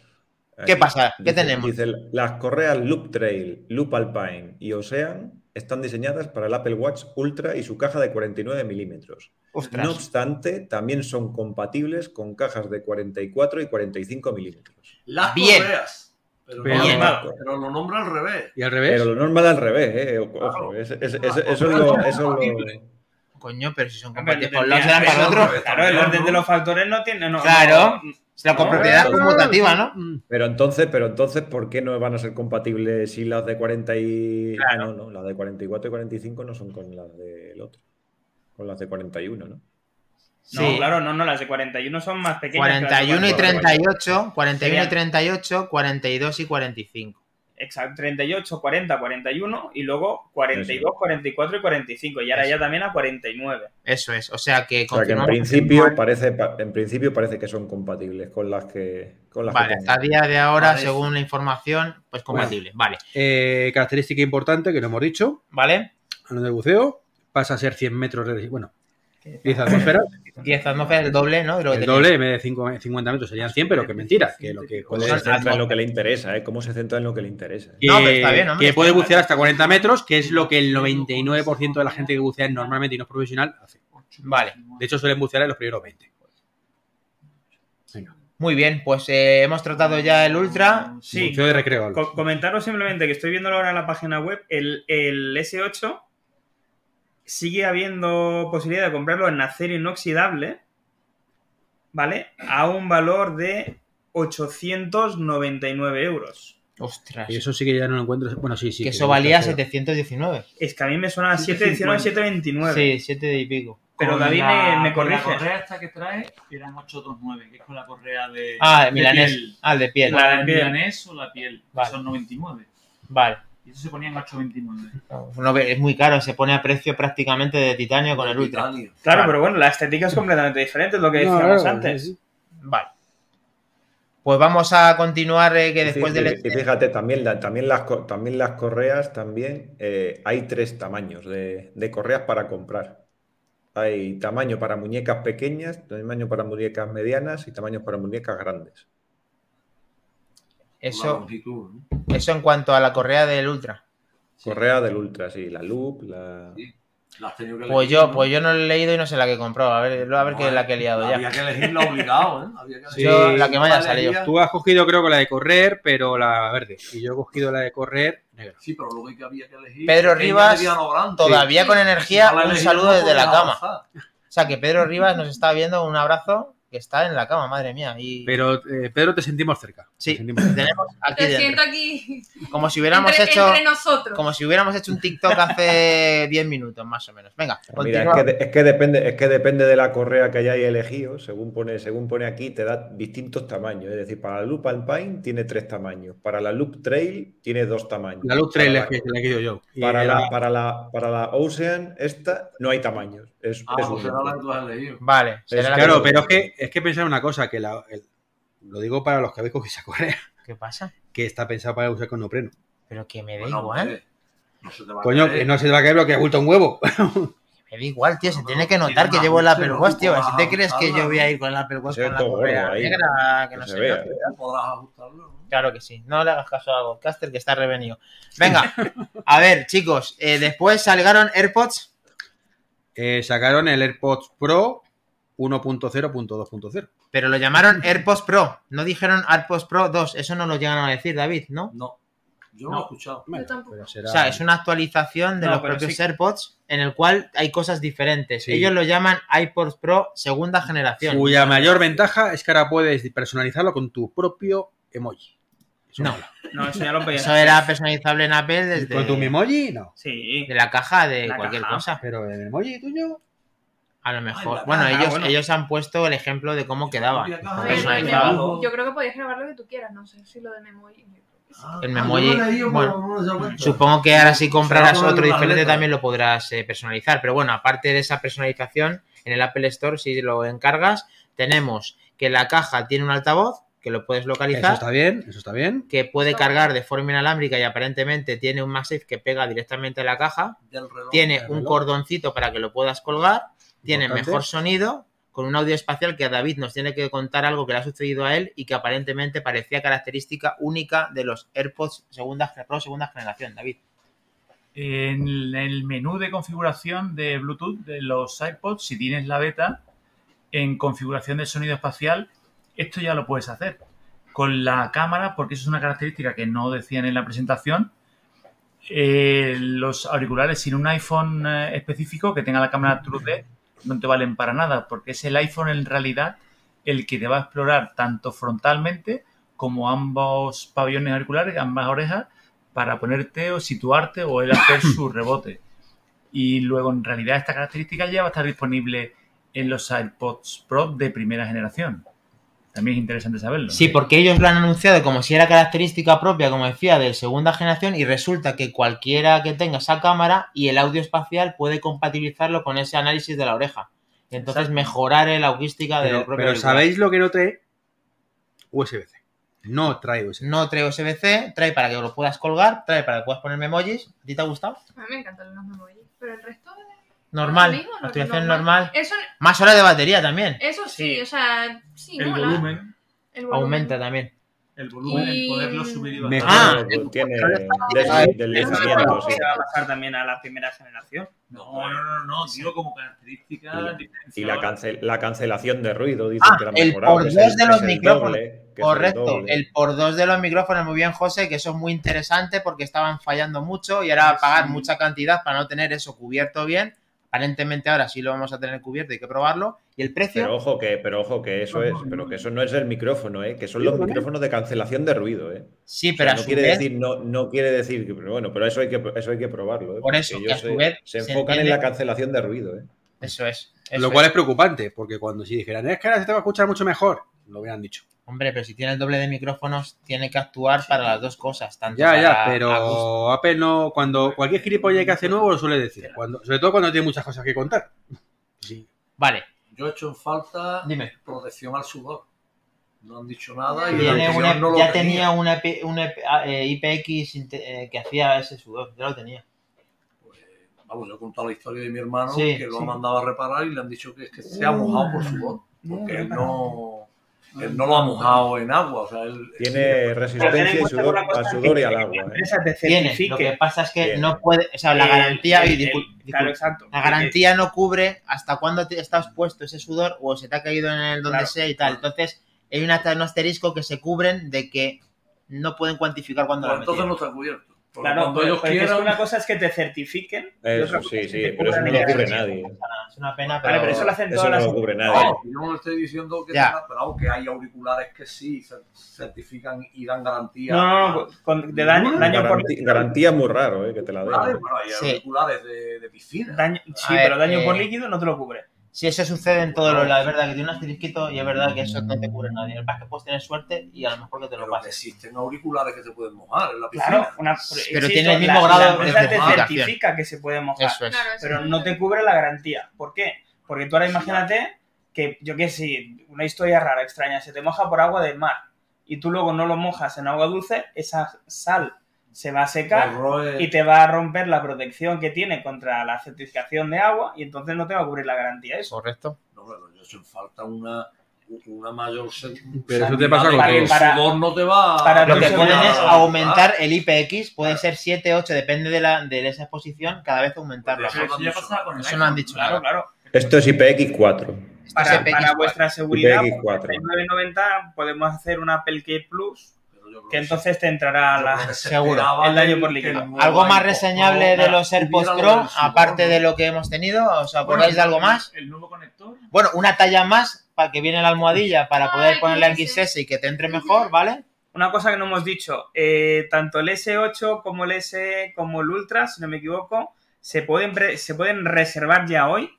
S2: ¿Qué
S4: Aquí
S2: pasa? ¿Qué
S4: dice-
S2: tenemos?
S4: Dice, las correas Loop Trail, Loop Alpine y Ocean están diseñadas para el Apple Watch Ultra y su caja de 49 milímetros.
S2: Ostras.
S4: No obstante, también son compatibles con cajas de 44 y 45 milímetros.
S7: Las
S2: Bien.
S7: correas. Pero,
S1: Bien.
S7: no lo nombra-
S4: Bien.
S7: pero lo nombra al revés.
S1: Y al revés,
S4: Pero lo normal al revés, ¿eh? Ojo, es- es- es-
S2: Ah,
S4: eso es lo- eso es lo...
S2: (laughs) Coño, pero si son
S6: Hombre,
S2: compatibles
S6: lo
S2: con los
S6: tendría-
S2: eran para
S7: eso
S2: otro.
S7: no es-
S6: Claro, el orden de los factores no tiene. no-
S2: Claro.
S6: no-
S2: Es la copropiedad
S4: no,
S2: conmutativa, ¿no?
S4: Pero entonces, pero entonces, ¿por qué no van a ser compatibles si las de 40 y... Ah, no, no, las de 44 y 45 no son con las del otro. Con las de 41, ¿no?
S6: No,
S2: Sí.
S6: claro, no, no, las de 41 son más pequeñas. que las de
S2: 41 y
S6: 44.
S2: 38, 41 y
S6: Serían-
S2: 38, 42 y 45.
S6: Exacto, 38, 40, 41 y luego 42,
S4: Eso.
S6: 44 y 45. Y ahora
S2: Eso.
S6: ya también a 49.
S2: Eso es, o sea que
S4: O sea que en
S2: confirmamos-
S4: principio parece, pa- en principio parece que son compatibles con las que. Con las que
S2: Vale,
S4: tengan.
S2: hasta día de ahora,
S7: Parece.
S2: según la información, pues compatible. Vale,
S1: Eh, característica importante que no hemos dicho,
S2: ¿vale?
S1: hablando de buceo, pasa a ser 100 metros de... Bueno, 10 atmósferas,
S2: 10 atmósferas, el doble, ¿no? De (laughs) lo que
S1: el
S2: tenía.
S1: doble en vez de cinco- 50 metros serían 100, pero que mentira, que lo que
S4: Cómo
S1: puede
S4: Pues se centra en lo que le interesa, ¿eh? Cómo se centra en lo que le interesa.
S1: que,
S2: No, pero está bien, hombre,
S1: que
S2: está
S1: puede
S2: bien.
S1: bucear hasta 40 metros, que es lo que el 99% de la gente que bucea normalmente y no es profesional hace.
S2: Vale.
S1: De hecho, suelen bucear en los primeros 20.
S2: Muy bien, pues eh, hemos tratado ya el Ultra.
S6: Sí.
S1: Buceo de recreo. algo.
S6: Co- comentaros simplemente que estoy viéndolo ahora en la página web. El, el S8 sigue habiendo posibilidad de comprarlo en acero inoxidable, ¿vale? A un valor de 899 euros.
S2: Ostras,
S1: Y eso sí que ya no lo encuentro. Bueno, sí, sí.
S2: que eso valía
S1: buceo.
S2: 719.
S6: Es que a mí me suena a 719, 729.
S2: Sí, 7 y pico.
S6: Pero
S3: Con
S6: David
S3: la-
S6: me, me
S3: con La
S6: corrige.
S3: correa esta que trae eran 829, que es con la correa de.
S2: Ah, el
S3: de
S2: milanés.
S3: piel.
S2: Ah, el de piel.
S6: Vale.
S3: La
S6: de
S3: de
S6: piel.
S3: milanés o la piel. que
S2: Vale.
S3: Son 99.
S2: Vale.
S3: Y eso se ponía en 829.
S2: No, es muy caro, se pone a precio prácticamente de titanio con el Ultra.
S7: Titanio.
S6: Claro, pero bueno, la estética es completamente diferente, es lo que
S1: No,
S6: decíamos
S1: claro,
S6: antes.
S1: sí, sí.
S2: Vale. Pues vamos a continuar eh, que después
S4: Y
S2: del...
S4: fí- y fíjate, también, la- también, las, co- también las correas, también eh, hay tres tamaños de, de correas para comprar. Hay tamaño para muñecas pequeñas, tamaño para muñecas medianas y tamaños para muñecas grandes.
S7: La
S2: Eso,
S7: longitud, ¿no?
S2: eso en cuanto a la correa del Ultra.
S4: Correa del Ultra, sí, la Loop, la...
S7: Sí. La has tenido que
S2: Pues
S7: elegir,
S2: yo,
S7: ¿no?
S2: pues yo no lo he leído y no sé la que compró. A ver, a ver qué es la que he liado ya.
S7: Había que elegirla obligado, ¿eh? Había que
S1: Sí.
S7: elegirla.
S2: La que me haya salido.
S7: Valeria-
S1: Tú has cogido, creo que la de correr, pero la verde. Y yo he cogido la de correr negra.
S7: Sí, pero luego hay que había que elegir.
S2: Pedro
S7: pequeño,
S2: Rivas,
S7: mediano, grande.
S2: Todavía
S7: Sí.
S2: con energía,
S7: Si no la
S2: un
S7: elegimos,
S2: saludo desde la
S7: podíamos
S2: cama.
S7: avanzar.
S2: O sea que Pedro Rivas nos está viendo, un abrazo, que está en la cama, madre mía. Y
S1: Pero, eh, Pedro, te sentimos cerca.
S2: Sí.
S1: Te sentimos
S2: (laughs)
S1: cerca.
S2: tenemos aquí
S5: Te siento
S2: dentro.
S5: aquí
S2: Como si hubiéramos
S5: entre,
S2: hecho,
S5: entre nosotros.
S2: como si hubiéramos hecho un TikTok hace (laughs) 10 minutos, más o menos. Venga,
S4: Mira,
S2: continúa.
S4: es que, de- es que depende, es que depende de la correa que hayáis elegido. Según pone, según pone aquí, te da distintos tamaños. Es decir, para la Loop Alpine tiene tres tamaños. Para la Loop Trail tiene dos tamaños.
S1: La luz
S4: Para
S1: trail
S4: la-
S1: es que la que he cogido yo. Y
S4: Para
S1: la-
S4: la, para, la, para la Ocean, esta no hay tamaños. Es,
S7: Ah,
S4: es
S7: pues
S4: un-
S7: será la que tú has elegido.
S2: Vale, será
S4: Es-
S2: la
S1: Claro,
S2: que-
S1: pero es que, es que pensar una cosa, que la- el- lo digo para los que habéis cogido esa correa, (laughs)
S2: ¿Qué pasa?
S1: que está pensado para usar con neopreno.
S2: Pero que me da
S7: Bueno,
S2: igual.
S7: hombre, No se te va a
S1: Coño,
S7: caer.
S1: que no se te va a caer lo que ha vuelto un huevo. (laughs)
S2: Me da igual, tío. Se
S7: No,
S2: tiene que
S7: tiene
S2: notar que
S7: una
S2: llevo el
S7: lucha,
S2: Apple
S7: ¿no?
S2: Watch, tío. Si te
S7: Ah,
S2: crees que
S7: habla,
S2: yo voy
S7: ¿no?
S2: a ir con el Apple Watch
S4: Se ve
S2: con la
S4: todo gordo
S2: correa
S4: ahí.
S2: negra, que
S4: Que
S2: no
S4: se
S2: sé
S4: vea.
S2: yo.
S7: Ya podrás ajustarlo, ¿no?
S2: Claro que sí. No le hagas caso a Godcaster que está revenido. Venga, a ver, chicos. eh, después salieron AirPods.
S1: Eh, sacaron el AirPods Pro 1.0.2.0.
S2: Pero lo
S6: (laughs)
S2: llamaron AirPods Pro. No dijeron AirPods Pro 2. Eso no lo llegan a decir, David, ¿no?
S7: No, yo no, lo he escuchado.
S5: Yo tampoco.
S1: Pero
S2: O
S1: será-
S2: sea, es una actualización de
S6: No,
S2: los
S6: pero
S2: propios
S6: sí.
S2: AirPods en el cual hay cosas diferentes.
S1: Sí.
S2: Ellos lo llaman iPods Pro segunda generación.
S1: cuya mayor ventaja es que ahora puedes personalizarlo con tu propio emoji. Eso
S2: No,
S1: mola.
S6: No, eso ya lo veía.
S2: eso era personalizable en Apple desde
S1: ¿Con tu emoji? No.
S6: Sí.
S2: de la caja de
S6: La
S2: cualquier
S6: caja.
S2: cosa.
S1: Pero el emoji tuyo.
S2: A lo mejor.
S7: la
S2: bueno,
S6: caja,
S2: ellos,
S6: bueno.
S2: ellos han puesto el ejemplo de cómo quedaba.
S7: Copia caja.
S5: A ver, el
S2: Personalizado.
S5: memo- yo creo que podías grabar lo que tú quieras, no sé si lo de memoria.
S7: Ah,
S2: El
S7: yo
S2: memoji,
S7: lo he leído, pero
S2: bueno,
S7: no me he dado cuenta.
S2: Supongo que ahora si
S7: Se
S2: comprarás
S7: va a poner
S2: otro
S7: una
S2: diferente
S7: letra.
S2: también lo podrás eh, personalizar. Pero bueno, aparte de esa personalización, en el Apple Store, si lo encargas, tenemos que la caja tiene un altavoz, que lo puedes
S1: Eso
S2: localizar,
S1: está bien, eso está bien.
S2: que puede cargar de forma inalámbrica y aparentemente tiene un MagSafe que pega directamente a la caja.
S7: Del reloj.
S2: Tiene
S1: reloj.
S2: un cordoncito para que lo puedas colgar. Tiene
S1: Importante.
S2: mejor sonido, con un audio espacial que a David nos tiene que contar algo que le ha sucedido a él y que aparentemente parecía característica única de los AirPods segunda, Pro segunda generación, David.
S3: En el menú de configuración de Bluetooth de los iPods, si tienes la beta, en configuración del sonido espacial, esto ya lo puedes hacer. Con la cámara, porque eso es una característica que no decían en la presentación, eh, los auriculares sin un iPhone eh, específico que tenga la cámara TrueD no te valen para nada, porque es el iPhone en realidad el que te va a explorar tanto frontalmente como ambos pabellones auriculares, ambas orejas, para ponerte o situarte o él
S2: (coughs)
S3: hacer su rebote. Y luego, en realidad, esta característica ya va a estar disponible en los AirPods Pro de primera generación. También es interesante saberlo.
S2: Sí, porque ellos lo han anunciado como si era característica propia, como decía, de segunda generación y resulta que cualquiera que tenga esa cámara y el audio espacial puede compatibilizarlo con ese análisis de la oreja. Y entonces
S3: Exacto.
S2: mejorar Ah, la acústica del
S1: Pero,
S2: propio
S1: pero
S2: auricular.
S1: ¿sabéis lo que no trae? USB-C. No trae USB-C.
S2: No trae USB-C, trae para que lo puedas colgar, trae para que puedas poner emojis. ¿A ti te ha gustado?
S5: A mí me encantan los memorias, pero el resto de...
S2: Normal,
S5: Amigo, no-
S2: actualización
S5: normal.
S2: normal.
S5: Eso,
S2: Más horas de batería también.
S5: eso sí,
S6: Sí.
S5: o sea, sí,
S6: El
S5: mola.
S6: volumen.
S5: El volumen.
S2: Aumenta también.
S3: El volumen, el
S5: Y-
S3: poderlo subir y bajar.
S1: Mejor.
S2: Ah,
S4: Tiene- tiene
S1: Ah,
S4: des- deslizamiento, sí.
S6: Se va a pasar también a la primera generación.
S7: No,
S3: No,
S7: no,
S3: no, no, no, digo como característica.
S4: Y la- Y
S3: diferenciadora.
S4: la, cance- la cancelación de ruido, dicen
S2: Ah,
S4: que la
S2: el
S4: mejorado,
S2: por
S4: que es
S2: dos de
S4: que
S2: los
S4: es el
S2: micrófonos.
S4: doble, que es el
S2: Correcto,
S4: doble.
S2: el por dos de los micrófonos, muy bien, José, que eso es muy interesante porque estaban fallando mucho y ahora pagar mucha cantidad para no tener eso cubierto bien. Aparentemente ahora sí lo vamos a tener cubierto, hay que probarlo. ¿Y el precio?
S4: Pero ojo que, pero ojo que eso es, pero que eso no es el micrófono, ¿eh? que son los micrófonos de cancelación de ruido, ¿eh?
S2: sí,
S4: O sea,
S2: pero a
S4: no
S2: su
S4: quiere
S2: vez,
S4: decir, no, no quiere decir que, pero bueno, pero eso hay que, eso hay que probarlo, ¿eh?
S2: Por eso,
S4: Porque
S2: que a
S4: ellos
S2: su
S4: se-
S2: vez
S4: se
S2: se
S4: enfocan en
S2: entiende-
S4: la cancelación de ruido, ¿eh?
S2: eso es. eso
S1: Lo cual
S2: es.
S1: es preocupante, porque cuando si dijeran, es que ahora se te va a escuchar mucho mejor, lo hubieran dicho.
S2: Hombre, pero si tiene el doble de micrófonos, tiene que actuar para las dos cosas. Tanto
S1: Ya, ya,
S2: para acústica-
S1: pero Apple no,
S2: Pues
S1: cuando cualquier gilipolle que hace nuevo lo suele decir. Cuando, sobre todo cuando tiene muchas cosas que contar. Sí.
S2: Vale,
S7: Yo he hecho en falta
S2: dime.
S7: protección al sudor. No han dicho nada y
S5: Tiene
S7: la
S2: Tiene
S5: una-
S7: edición
S2: una-
S7: no lo
S2: ya tenía una, EP una EP eh, IPX inte- eh, que hacía ese sudor, ya lo tenía.
S7: Pues, Vamos, yo he contado la historia de mi hermano
S2: Sí,
S7: que lo
S2: sí.
S7: ha mandado a reparar y le han dicho que es que se ha mojado por sudor. Porque él no, él no lo ha mojado en agua. O sea, él,
S4: Tiene resistencia y sudor, a sudor y al agua. ¿eh?
S6: Empresas te
S2: Tiene, lo que
S6: certifique.
S2: pasa es que
S4: Tiene.
S2: no puede, o sea, la
S6: el-
S2: garantía,
S6: el-
S2: y discul-
S6: el- Claro,
S2: discul-
S6: exacto.
S2: la garantía no cubre hasta cuándo te estás puesto ese sudor o se te ha caído en el donde
S6: Claro.
S2: sea y tal. Entonces, hay una- un asterisco que se cubren de que no pueden cuantificar cuándo
S7: pues
S2: lo han
S7: entonces no
S2: metido.
S7: está cubierto. Porque
S6: Claro,
S7: cuando
S6: pero-
S7: ellos
S6: pero es que
S7: quieran,
S6: una cosa es que te certifiquen. y
S4: pues Eso
S6: otra cosa
S4: sí,
S6: es que
S4: sí,
S6: te
S4: pero eso
S6: cubran
S4: no
S6: el
S4: lo cubre
S6: gasto.
S4: nadie. ¿eh?
S2: Es una pena, pero...
S6: Vale, pero eso lo hacen
S4: Eso
S6: todas
S4: no
S6: las
S4: lo cubre nadie.
S7: No, yo no le estoy diciendo que,
S2: Ya.
S7: tenga- pero vamos, que hay auriculares que sí cer- certifican y dan garantía.
S6: No, no, pues, no, con- de daño, daño por
S4: Garanti- garantía muy raro, ¿eh? que te la den.
S7: Vale, pero Ah, hay
S2: Sí.
S7: auriculares de, de piscina.
S6: daño, sí,
S2: A ver,
S6: pero daño
S2: eh,
S6: por líquido no te lo cubre.
S2: Si eso sucede en todos los lados, es verdad que tiene un asterisquito y es verdad que eso no te cubre nadie. El que puedes tener suerte y a lo mejor que te lo
S7: Pero que
S2: pases.
S7: existen auriculares que te pueden mojar en la piscina.
S6: Claro, una,
S2: Pero tiene el mismo grado
S6: la
S2: de
S6: empresa te
S2: certificación.
S6: certifica que se puede mojar,
S2: Eso es.
S5: Claro, eso
S6: pero
S5: es
S6: no
S5: un-
S6: te cubre la garantía. ¿Por qué? Porque tú ahora imagínate que, yo qué sé, una historia rara, extraña, se te moja por agua del mar y tú luego no lo mojas en agua dulce, esa sal se va a secar
S7: Corroe-
S6: y te va a romper la protección que tiene contra la certificación de agua y entonces no te va a cubrir la garantía eso.
S2: Correcto.
S7: No, pero yo hacen falta una, una mayor. se-
S2: Pues
S1: Pero eso
S7: sanidad
S1: te pasa
S7: de
S1: con
S7: que el
S6: todo. Para-
S7: sudor no te va. a-
S6: para
S7: no
S2: Lo
S7: te
S2: que
S6: Entonces,
S7: va
S2: pueden
S7: a-
S2: es aumentar el IPX, puede ser 7, 8, depende de, la, de esa exposición, cada vez aumentarlo.
S7: Pues
S2: Esto
S7: eso ya pasaba
S2: Eso no han dicho
S6: Claro,
S2: nada.
S6: claro.
S4: Esto es IPX4.
S2: es
S6: Para,
S2: IPX,
S6: para vuestra seguridad, pues,
S4: IPX4.
S6: por 9.90 podemos hacer una Apple Key Plus
S7: Pero yo creo
S6: que
S7: sí.
S6: entonces te entrará
S7: Yo creo
S6: la...
S7: que se
S2: seguro.
S7: esperaba
S6: El daño
S7: que-
S6: por
S7: que
S6: líquido.
S7: el nuevo
S2: ¿Algo más
S7: iPhone
S2: reseñable
S7: no
S2: de los AirPods
S7: tuviera lo
S2: Pro,
S7: del sudor,
S2: aparte
S7: ¿no?
S2: de lo que hemos tenido? ¿Os
S3: Bueno,
S2: acordáis de algo
S3: el-
S2: más?
S3: El nuevo conector.
S2: Bueno, una talla más para que viene la almohadilla para poder
S5: Ay,
S2: ponerle en
S5: qué
S2: XS y que te entre mejor, ¿vale?
S6: Una cosa que no hemos dicho, eh, tanto el S8 como el S como el Ultra, si no me equivoco, se pueden, pre- se pueden reservar ya hoy,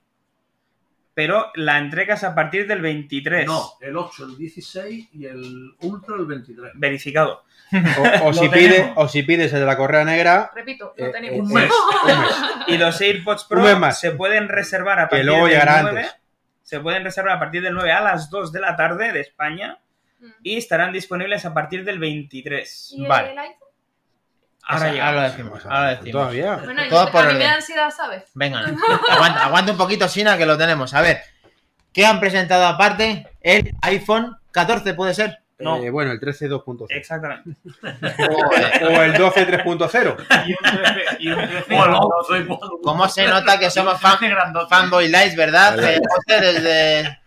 S6: pero la entrega es a partir del 23.
S7: No, el 8, el 16 y el Ultra el 23.
S6: Verificado.
S1: O, o si
S6: Lo
S1: pide,
S6: tenemos.
S1: o si pides el de la correa negra,
S5: Repito, lo
S1: Eh,
S5: tenemos.
S1: un
S7: mes,
S1: un mes.
S6: Y los AirPods
S1: Un mes
S6: Pro
S1: más.
S6: se pueden reservar a partir
S1: que luego
S6: del
S1: llegará
S6: 9,
S1: antes.
S6: Se pueden reservar a partir del 9 a las 2 de la tarde de España
S5: (laughs) Mm.
S6: y estarán disponibles a partir del 23.
S5: ¿Y
S2: Vale.
S5: el iPhone?
S6: Ahora
S2: Eso, ahora
S6: llegamos.
S2: lo decimos, ahora lo decimos.
S1: pues, Todavía.
S5: Bueno, yo-
S2: Todo por
S5: a mí me
S2: orden.
S5: da ansiedad, ¿sabes?
S2: Venga, aguanta, aguanta un poquito, Sina, que lo tenemos. A ver, ¿qué han presentado aparte? El iPhone 14, ¿puede ser?
S6: No.
S1: Eh, bueno, el 13
S2: (laughs)
S1: 2.0.
S6: Exactamente.
S1: O el 12 3.0.
S2: Pues
S3: Y un 13. Y un 13
S7: Bueno, soy igual.
S2: ¿Cómo se nota que somos fan,
S3: Parece grandote.
S2: fanboy lights, verdad?
S4: Vale.
S2: Eh, José, desde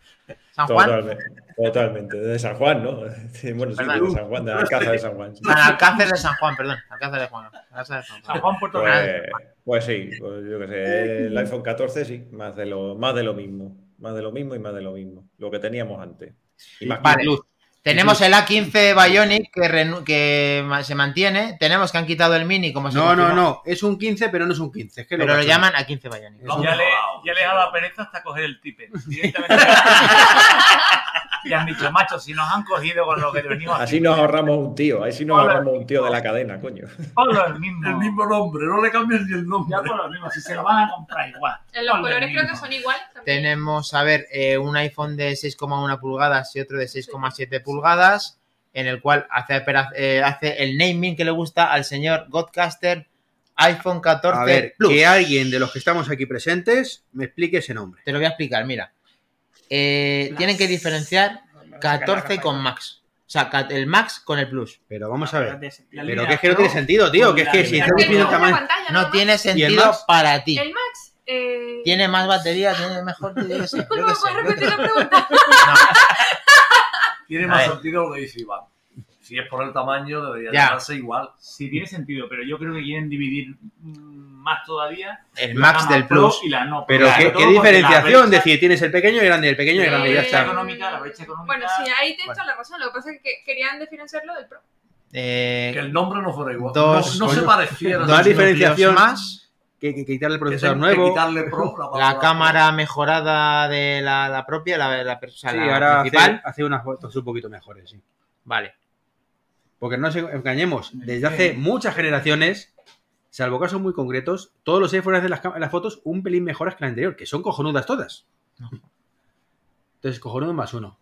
S2: San Juan,
S4: Totalmente, totalmente. De San Juan, ¿no? (laughs) Sí, Bueno, sí,
S2: Perdón.
S4: de San Juan, de la caza de San Juan. sí.
S2: San Alcácer de San Juan, perdón, Alcácer de Juan, Alcácer de San
S3: San
S2: Juan.
S3: Juan, Puerto Rico.
S4: Pues, pues sí, pues yo qué sé. El iPhone 14 sí, más de, lo, más de lo mismo. Más de lo mismo y más de lo mismo. Lo que teníamos antes. Y más
S2: Vale.
S4: luz.
S2: Tenemos el A15 Bionic que, renu- que ma- se mantiene. Tenemos que han quitado el Mini como se
S1: No,
S2: confirmó,
S1: no, no. Es un 15, pero no es un 15. Es que
S2: Pero lo
S1: cachan.
S2: llaman A15 Bionic.
S1: Lo
S3: Ya,
S7: Vamos,
S3: le,
S7: vamos.
S3: ya les ha dado pereza hasta coger el
S4: (laughs)
S3: tipe. Directamente. y han dicho, macho, si nos han cogido con lo que venimos
S4: Así
S3: aquí,
S4: nos ahorramos un tío. Así nos
S3: Hola.
S4: ahorramos un tío de la cadena, coño.
S3: ponlo el mismo.
S7: El mismo nombre, no le cambies ni el nombre.
S3: Ya pues, por lo mismo, si se lo van a comprar igual.
S5: En Eh, los
S3: Ponlo el
S5: colores creo que
S3: mismo.
S5: son igual. también.
S2: Tenemos, a ver, eh, un iPhone de 6,1 pulgadas y otro de 6,7 pulgadas, en el cual hace, opera- eh, hace el naming que le gusta al señor Godcaster iPhone 14
S1: A ver,
S2: Plus.
S1: que alguien de los que estamos aquí presentes me explique ese nombre.
S2: Te lo voy a explicar, mira. Eh, tienen que diferenciar 14 con Max. O sea, ca- el Max con el Plus.
S1: Pero vamos a ver.
S3: La
S1: Pero
S3: línea
S1: que es que no
S3: Pro
S1: tiene sentido, tío. Que es que si
S3: Mira,
S1: estamos
S5: Porque
S1: viendo el
S5: no es una
S1: tamaño.
S5: pantalla,
S2: No
S5: nada
S2: tiene sentido
S1: Max?
S2: para ti.
S5: más. El Max. Eh...
S2: Tiene más batería, tiene mejor. batería, yo
S5: (laughs) ¿Cómo
S2: qué
S5: me
S2: sé,
S5: puedes
S2: yo qué
S5: repetir
S2: sé.
S5: la pregunta?
S7: Tiene
S2: A
S7: más
S2: ver.
S7: sentido lo que dice Iván. Si es por el tamaño, debería
S2: Ya.
S7: llamarse igual.
S3: Sí, tiene sentido, pero yo creo que quieren dividir mm, más todavía.
S2: El
S3: la
S2: Max
S3: gama
S2: del
S3: Pro
S2: Plus.
S3: y la no.
S1: Pero
S3: Claro,
S1: qué,
S3: todo
S1: qué
S3: porque la
S1: diferenciación.
S3: brecha-
S1: Decir, tienes el pequeño y el grande, el pequeño y el grande, ya
S3: brecha
S1: está.
S3: económica, la brecha económica.
S5: Bueno, sí, ahí tienes
S1: Bueno.
S5: toda la razón. Lo que pasa es que querían diferenciarlo del Pro.
S2: Eh,
S7: Que el nombre no fuera igual.
S2: Dos,
S7: no no se
S1: coño.
S7: pareciera.
S1: No hay
S7: sino que
S1: diferenciación.
S2: más.
S1: Que, que quitarle el
S7: tengo
S1: procesador
S7: que
S1: nuevo.
S7: quitarle pro, la,
S2: La
S7: palabra
S2: cámara mejorada de la, la propia, la, la, per- o sea,
S1: Sí,
S2: la
S1: ahora hace,
S2: principal.
S1: hace unas fotos un poquito mejores, sí.
S2: Vale.
S1: Porque no nos engañemos, desde hace muchas generaciones, salvo casos muy concretos, todos los iPhones hacen las, cam- las fotos un pelín mejores que la anterior, que son cojonudas todas. Entonces, cojonudo más uno.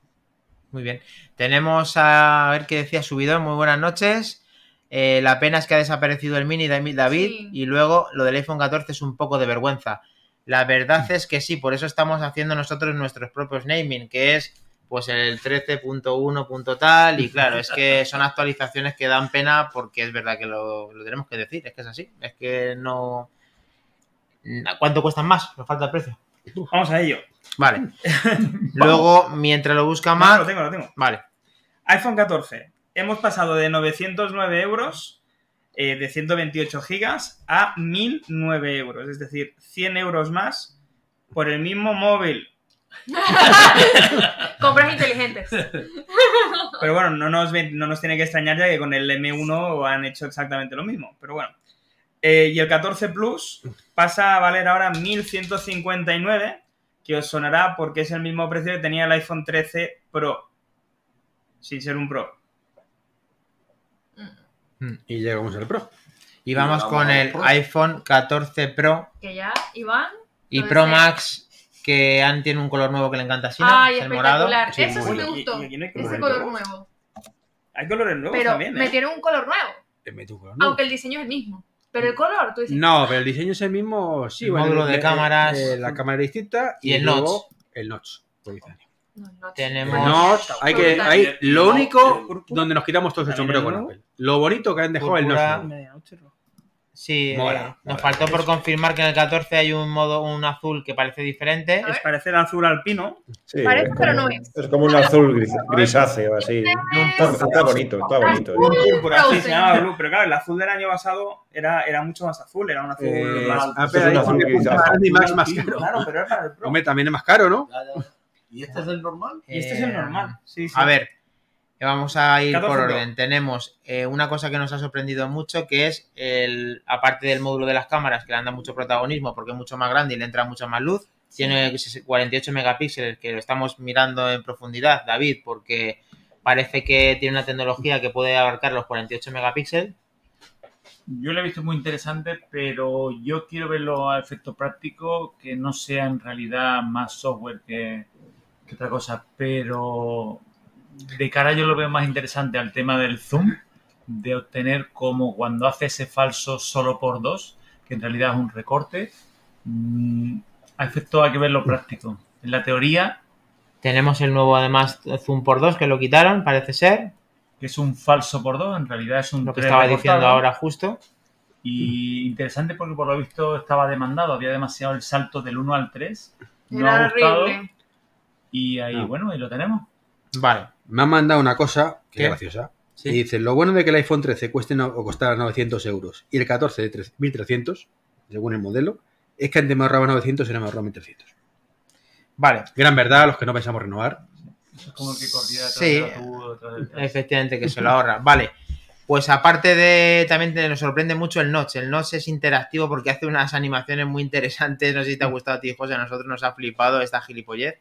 S2: Muy bien. Tenemos a, a ver qué decía Subidón. Muy buenas noches. Eh, la pena es que ha desaparecido el mini de David
S5: Sí.
S2: y luego lo del iPhone 14 es un poco de vergüenza. La verdad es que sí, por eso estamos haciendo nosotros nuestros propios naming, que es pues el 13.1. punto tal y claro, es
S6: (laughs)
S2: que son actualizaciones que dan pena porque es verdad que lo, lo tenemos que decir, es que es así, es que no... ¿Cuánto cuestan más? Nos falta el precio.
S6: Vamos a ello. (laughs)
S2: Vale. Luego, mientras lo busca
S6: No, lo
S2: más.
S6: tengo, lo tengo.
S2: Vale.
S6: iPhone 14. Hemos pasado de 909 euros eh, de 128 gigas a 1009 euros, es decir, 100 euros más por el mismo móvil.
S5: Compras
S3: (laughs)
S5: inteligentes.
S6: Pero bueno, no nos, ven- no nos tiene que extrañar ya que con el M1 han hecho exactamente lo mismo. Pero bueno. Eh, y el 14 Plus pasa a valer ahora 1159, que os sonará porque es el mismo precio que tenía el iPhone 13 Pro, sin ser un Pro.
S1: Y llegamos al Pro.
S2: Y vamos
S7: vamos
S2: con
S7: al
S2: el
S7: Pro.
S2: iPhone 14 Pro
S5: Que ya, Iván.
S2: y
S5: lo
S2: Pro
S5: desea.
S2: Max, que han, tiene un color nuevo que le encanta a Sina,
S5: Ay,
S2: es el morado.
S5: espectacular.
S1: Sí,
S5: Eso sí
S1: muy
S5: me
S6: Oye, y-
S5: gustó.
S6: y aquí no hay
S5: Ese
S6: colores
S5: color
S6: nuevos.
S5: nuevo.
S6: Hay colores nuevos
S5: Pero
S6: también, ¿eh?
S5: metieron un color nuevo.
S1: Te meto un color, ¿no?
S5: Aunque el diseño es el mismo. Pero el color, tú dices.
S1: Uh. No, pero el diseño es el mismo. Sí,
S2: El módulo de cámaras.
S1: eh, la cámara es distinta.
S2: Y el
S1: luego El notch. lo dicen.
S5: No, no.
S1: El
S2: Tenemos-
S1: notch. Hay que,
S5: Brutal.
S1: hay, lo
S7: No,
S1: único donde nos quitamos todos el
S6: ¿También
S1: sombrero
S6: el
S1: con
S6: nuevo?
S1: Apple. Lo bonito que han dejado el
S2: Púrpura.
S1: notch.
S2: Sí, eh,
S1: Mola,
S2: nos
S1: mola.
S2: faltó por confirmar que en el 14 hay un modo, un azul que parece diferente.
S5: A ver.
S6: Es parecer azul alpino.
S4: Sí,
S5: Parece,
S4: es
S5: pero
S4: como-
S5: no es.
S4: Es como un azul gris- grisáceo, así.
S2: Y un
S4: Está,
S2: púrpura.
S4: está bonito, está bonito.
S5: Azul.
S4: ¿eh?
S6: Púrpura, sí,
S5: Frozen.
S6: se llamaba blue, pero claro, el azul del año pasado era, era mucho más azul, era un azul
S1: Eh,
S6: más...
S1: Apple
S4: es un
S1: ahí
S4: azul
S1: pone
S4: grisáceo.
S1: un Andy Max más
S6: alpino,
S1: caro.
S6: Claro, pero era para el pro.
S1: Hombre, también es más caro, ¿no?
S7: Ya, ya, ya. ¿Y este es el normal?
S6: Y este es el
S2: Eh,
S6: normal. Sí, sí.
S2: A ver, eh, vamos a ir
S6: 14
S2: por
S6: Pro.
S2: orden. Tenemos eh, una cosa que nos ha sorprendido mucho, que es el, aparte del módulo de las cámaras, que le han dado mucho protagonismo porque es mucho más grande y le entra mucha más luz. Tiene 48 megapíxeles, que lo estamos mirando en profundidad, David, porque parece que tiene una tecnología que puede abarcar los 48 megapíxeles.
S3: Yo lo he visto muy interesante, pero yo quiero verlo a efecto práctico, que no sea en realidad más software que, que otra cosa. Pero de cara yo lo veo más interesante al tema del zoom, de obtener como cuando hace ese falso solo por dos, que en realidad es un recorte. mm, a efecto hay que verlo práctico. En la teoría,
S2: Tenemos el nuevo, además, Zoom por 2, que lo quitaron, parece ser,
S3: que es un falso por dos, en realidad es un
S2: lo que
S3: tres
S2: estaba
S3: recortado.
S2: diciendo ahora justo.
S3: Y interesante porque por lo visto estaba demandado, había demasiado el salto del 1 al 3. No
S5: Era
S3: ha gustado.
S5: horrible.
S3: Y ahí,
S1: Ah.
S3: bueno, ahí lo tenemos.
S2: Vale.
S1: Me han mandado una cosa que
S2: ¿Qué?
S1: es graciosa.
S2: Sí.
S1: Y dice, lo bueno de que el iPhone 13 cueste no- o costara 900 euros y el 14 de 3 1300, según el modelo, es que antes me ahorraba 900 y ahora me ahorraba 1300.
S2: Vale,
S1: Gran verdad, los que no pensamos renovar.
S3: Eso es como el que corría detrás
S2: Sí.
S3: de la tubo, detrás del tren.
S2: Efectivamente, que se lo ahorra. Vale. Pues aparte de. También te- nos sorprende mucho el Notch. El Notch es interactivo porque hace unas animaciones muy interesantes. No sé si te ha gustado a ti, José. A nosotros nos ha flipado esta gilipollez.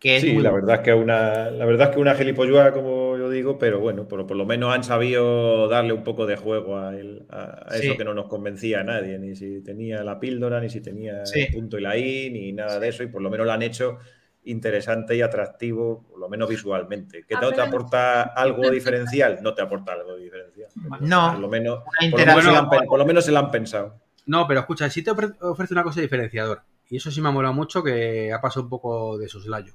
S2: Que es
S4: Sí,
S2: muy-
S4: la verdad es que una, la verdad es que una gilipolluada, como yo digo, pero bueno, por, por lo menos han sabido darle un poco de juego a, el- a- a eso
S2: Sí.
S4: que no nos convencía a nadie, ni si tenía la píldora, ni si tenía
S2: Sí.
S4: el punto y la i, ni nada de eso, y por lo menos lo han hecho interesante y atractivo, por lo menos visualmente. ¿Que no te
S5: Apenas-
S4: aporta algo diferencial? No te aporta algo diferencial. pero
S2: No.
S4: Por lo menos,
S2: Una
S4: por lo menos, se lo han
S2: Ah, interacción.
S4: pe- por lo menos se lo han pensado.
S1: No, pero escucha, sí te ofre- ofrece una cosa diferenciadora. Y eso sí me ha molado mucho que ha pasado un poco de soslayo.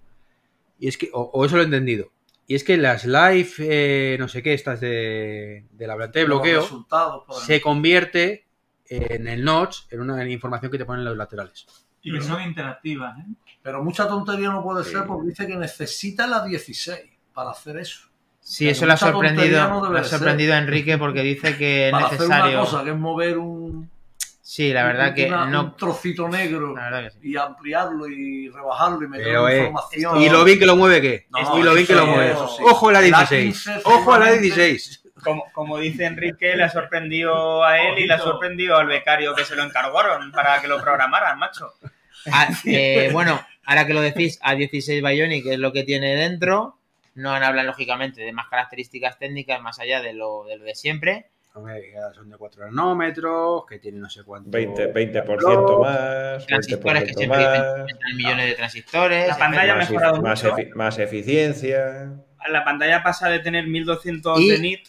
S1: Y es que, o, o eso lo he entendido. Y es que las live, eh, no sé qué, estas de, de la planta de
S7: Los
S1: bloqueo,
S7: resultados, por
S1: se convierte en el notch, en una información que te ponen en los laterales.
S3: Y que son interactivas, ¿eh?
S7: Pero mucha tontería no puede
S4: Sí.
S7: ser porque dice que necesita la 16 para hacer eso.
S2: Sí,
S7: Pero
S2: eso le ha
S7: mucha tontería
S2: sorprendido.
S7: no debe
S2: le ha
S7: de
S2: sorprendido a Enrique porque dice que es
S7: para hacer una
S2: necesario.
S7: cosa que es mover un,
S2: Sí, la verdad
S7: un-
S2: que
S7: una-
S2: no.
S7: un trocito negro
S2: La verdad que sí.
S7: y ampliarlo y rebajarlo y meter
S1: Pero, eh,
S7: información.
S1: Y lo bien que lo mueve, ¿qué?
S7: No,
S1: y lo bien que lo
S6: eso-
S1: mueve.
S6: eso
S7: sí.
S1: Ojo a la
S7: La
S1: 16.
S7: 15
S1: Ojo a la
S7: seguramente.
S1: 16.
S6: Como, como dice Enrique, le ha sorprendido a él y le ha sorprendido al becario que se lo encargaron para que lo programaran, macho.
S7: (laughs)
S2: Ah, eh, bueno, ahora que lo decís, A16 Bionic es lo que tiene dentro. No han hablado, lógicamente, de más características técnicas más allá de lo, de lo de siempre.
S1: Hombre, que Son de 4 nanómetros, que tiene no sé cuánto.
S4: 20, 20% más,
S2: transistores que siempre
S4: 20%
S2: dicen
S4: más.
S2: que hay millones de transistores.
S6: La
S2: etcétera.
S6: pantalla
S4: más,
S6: mejorado
S4: efi- más
S6: mucho.
S4: efi- más eficiencia.
S6: La pantalla pasa de tener 1200
S2: Y-
S6: de nit,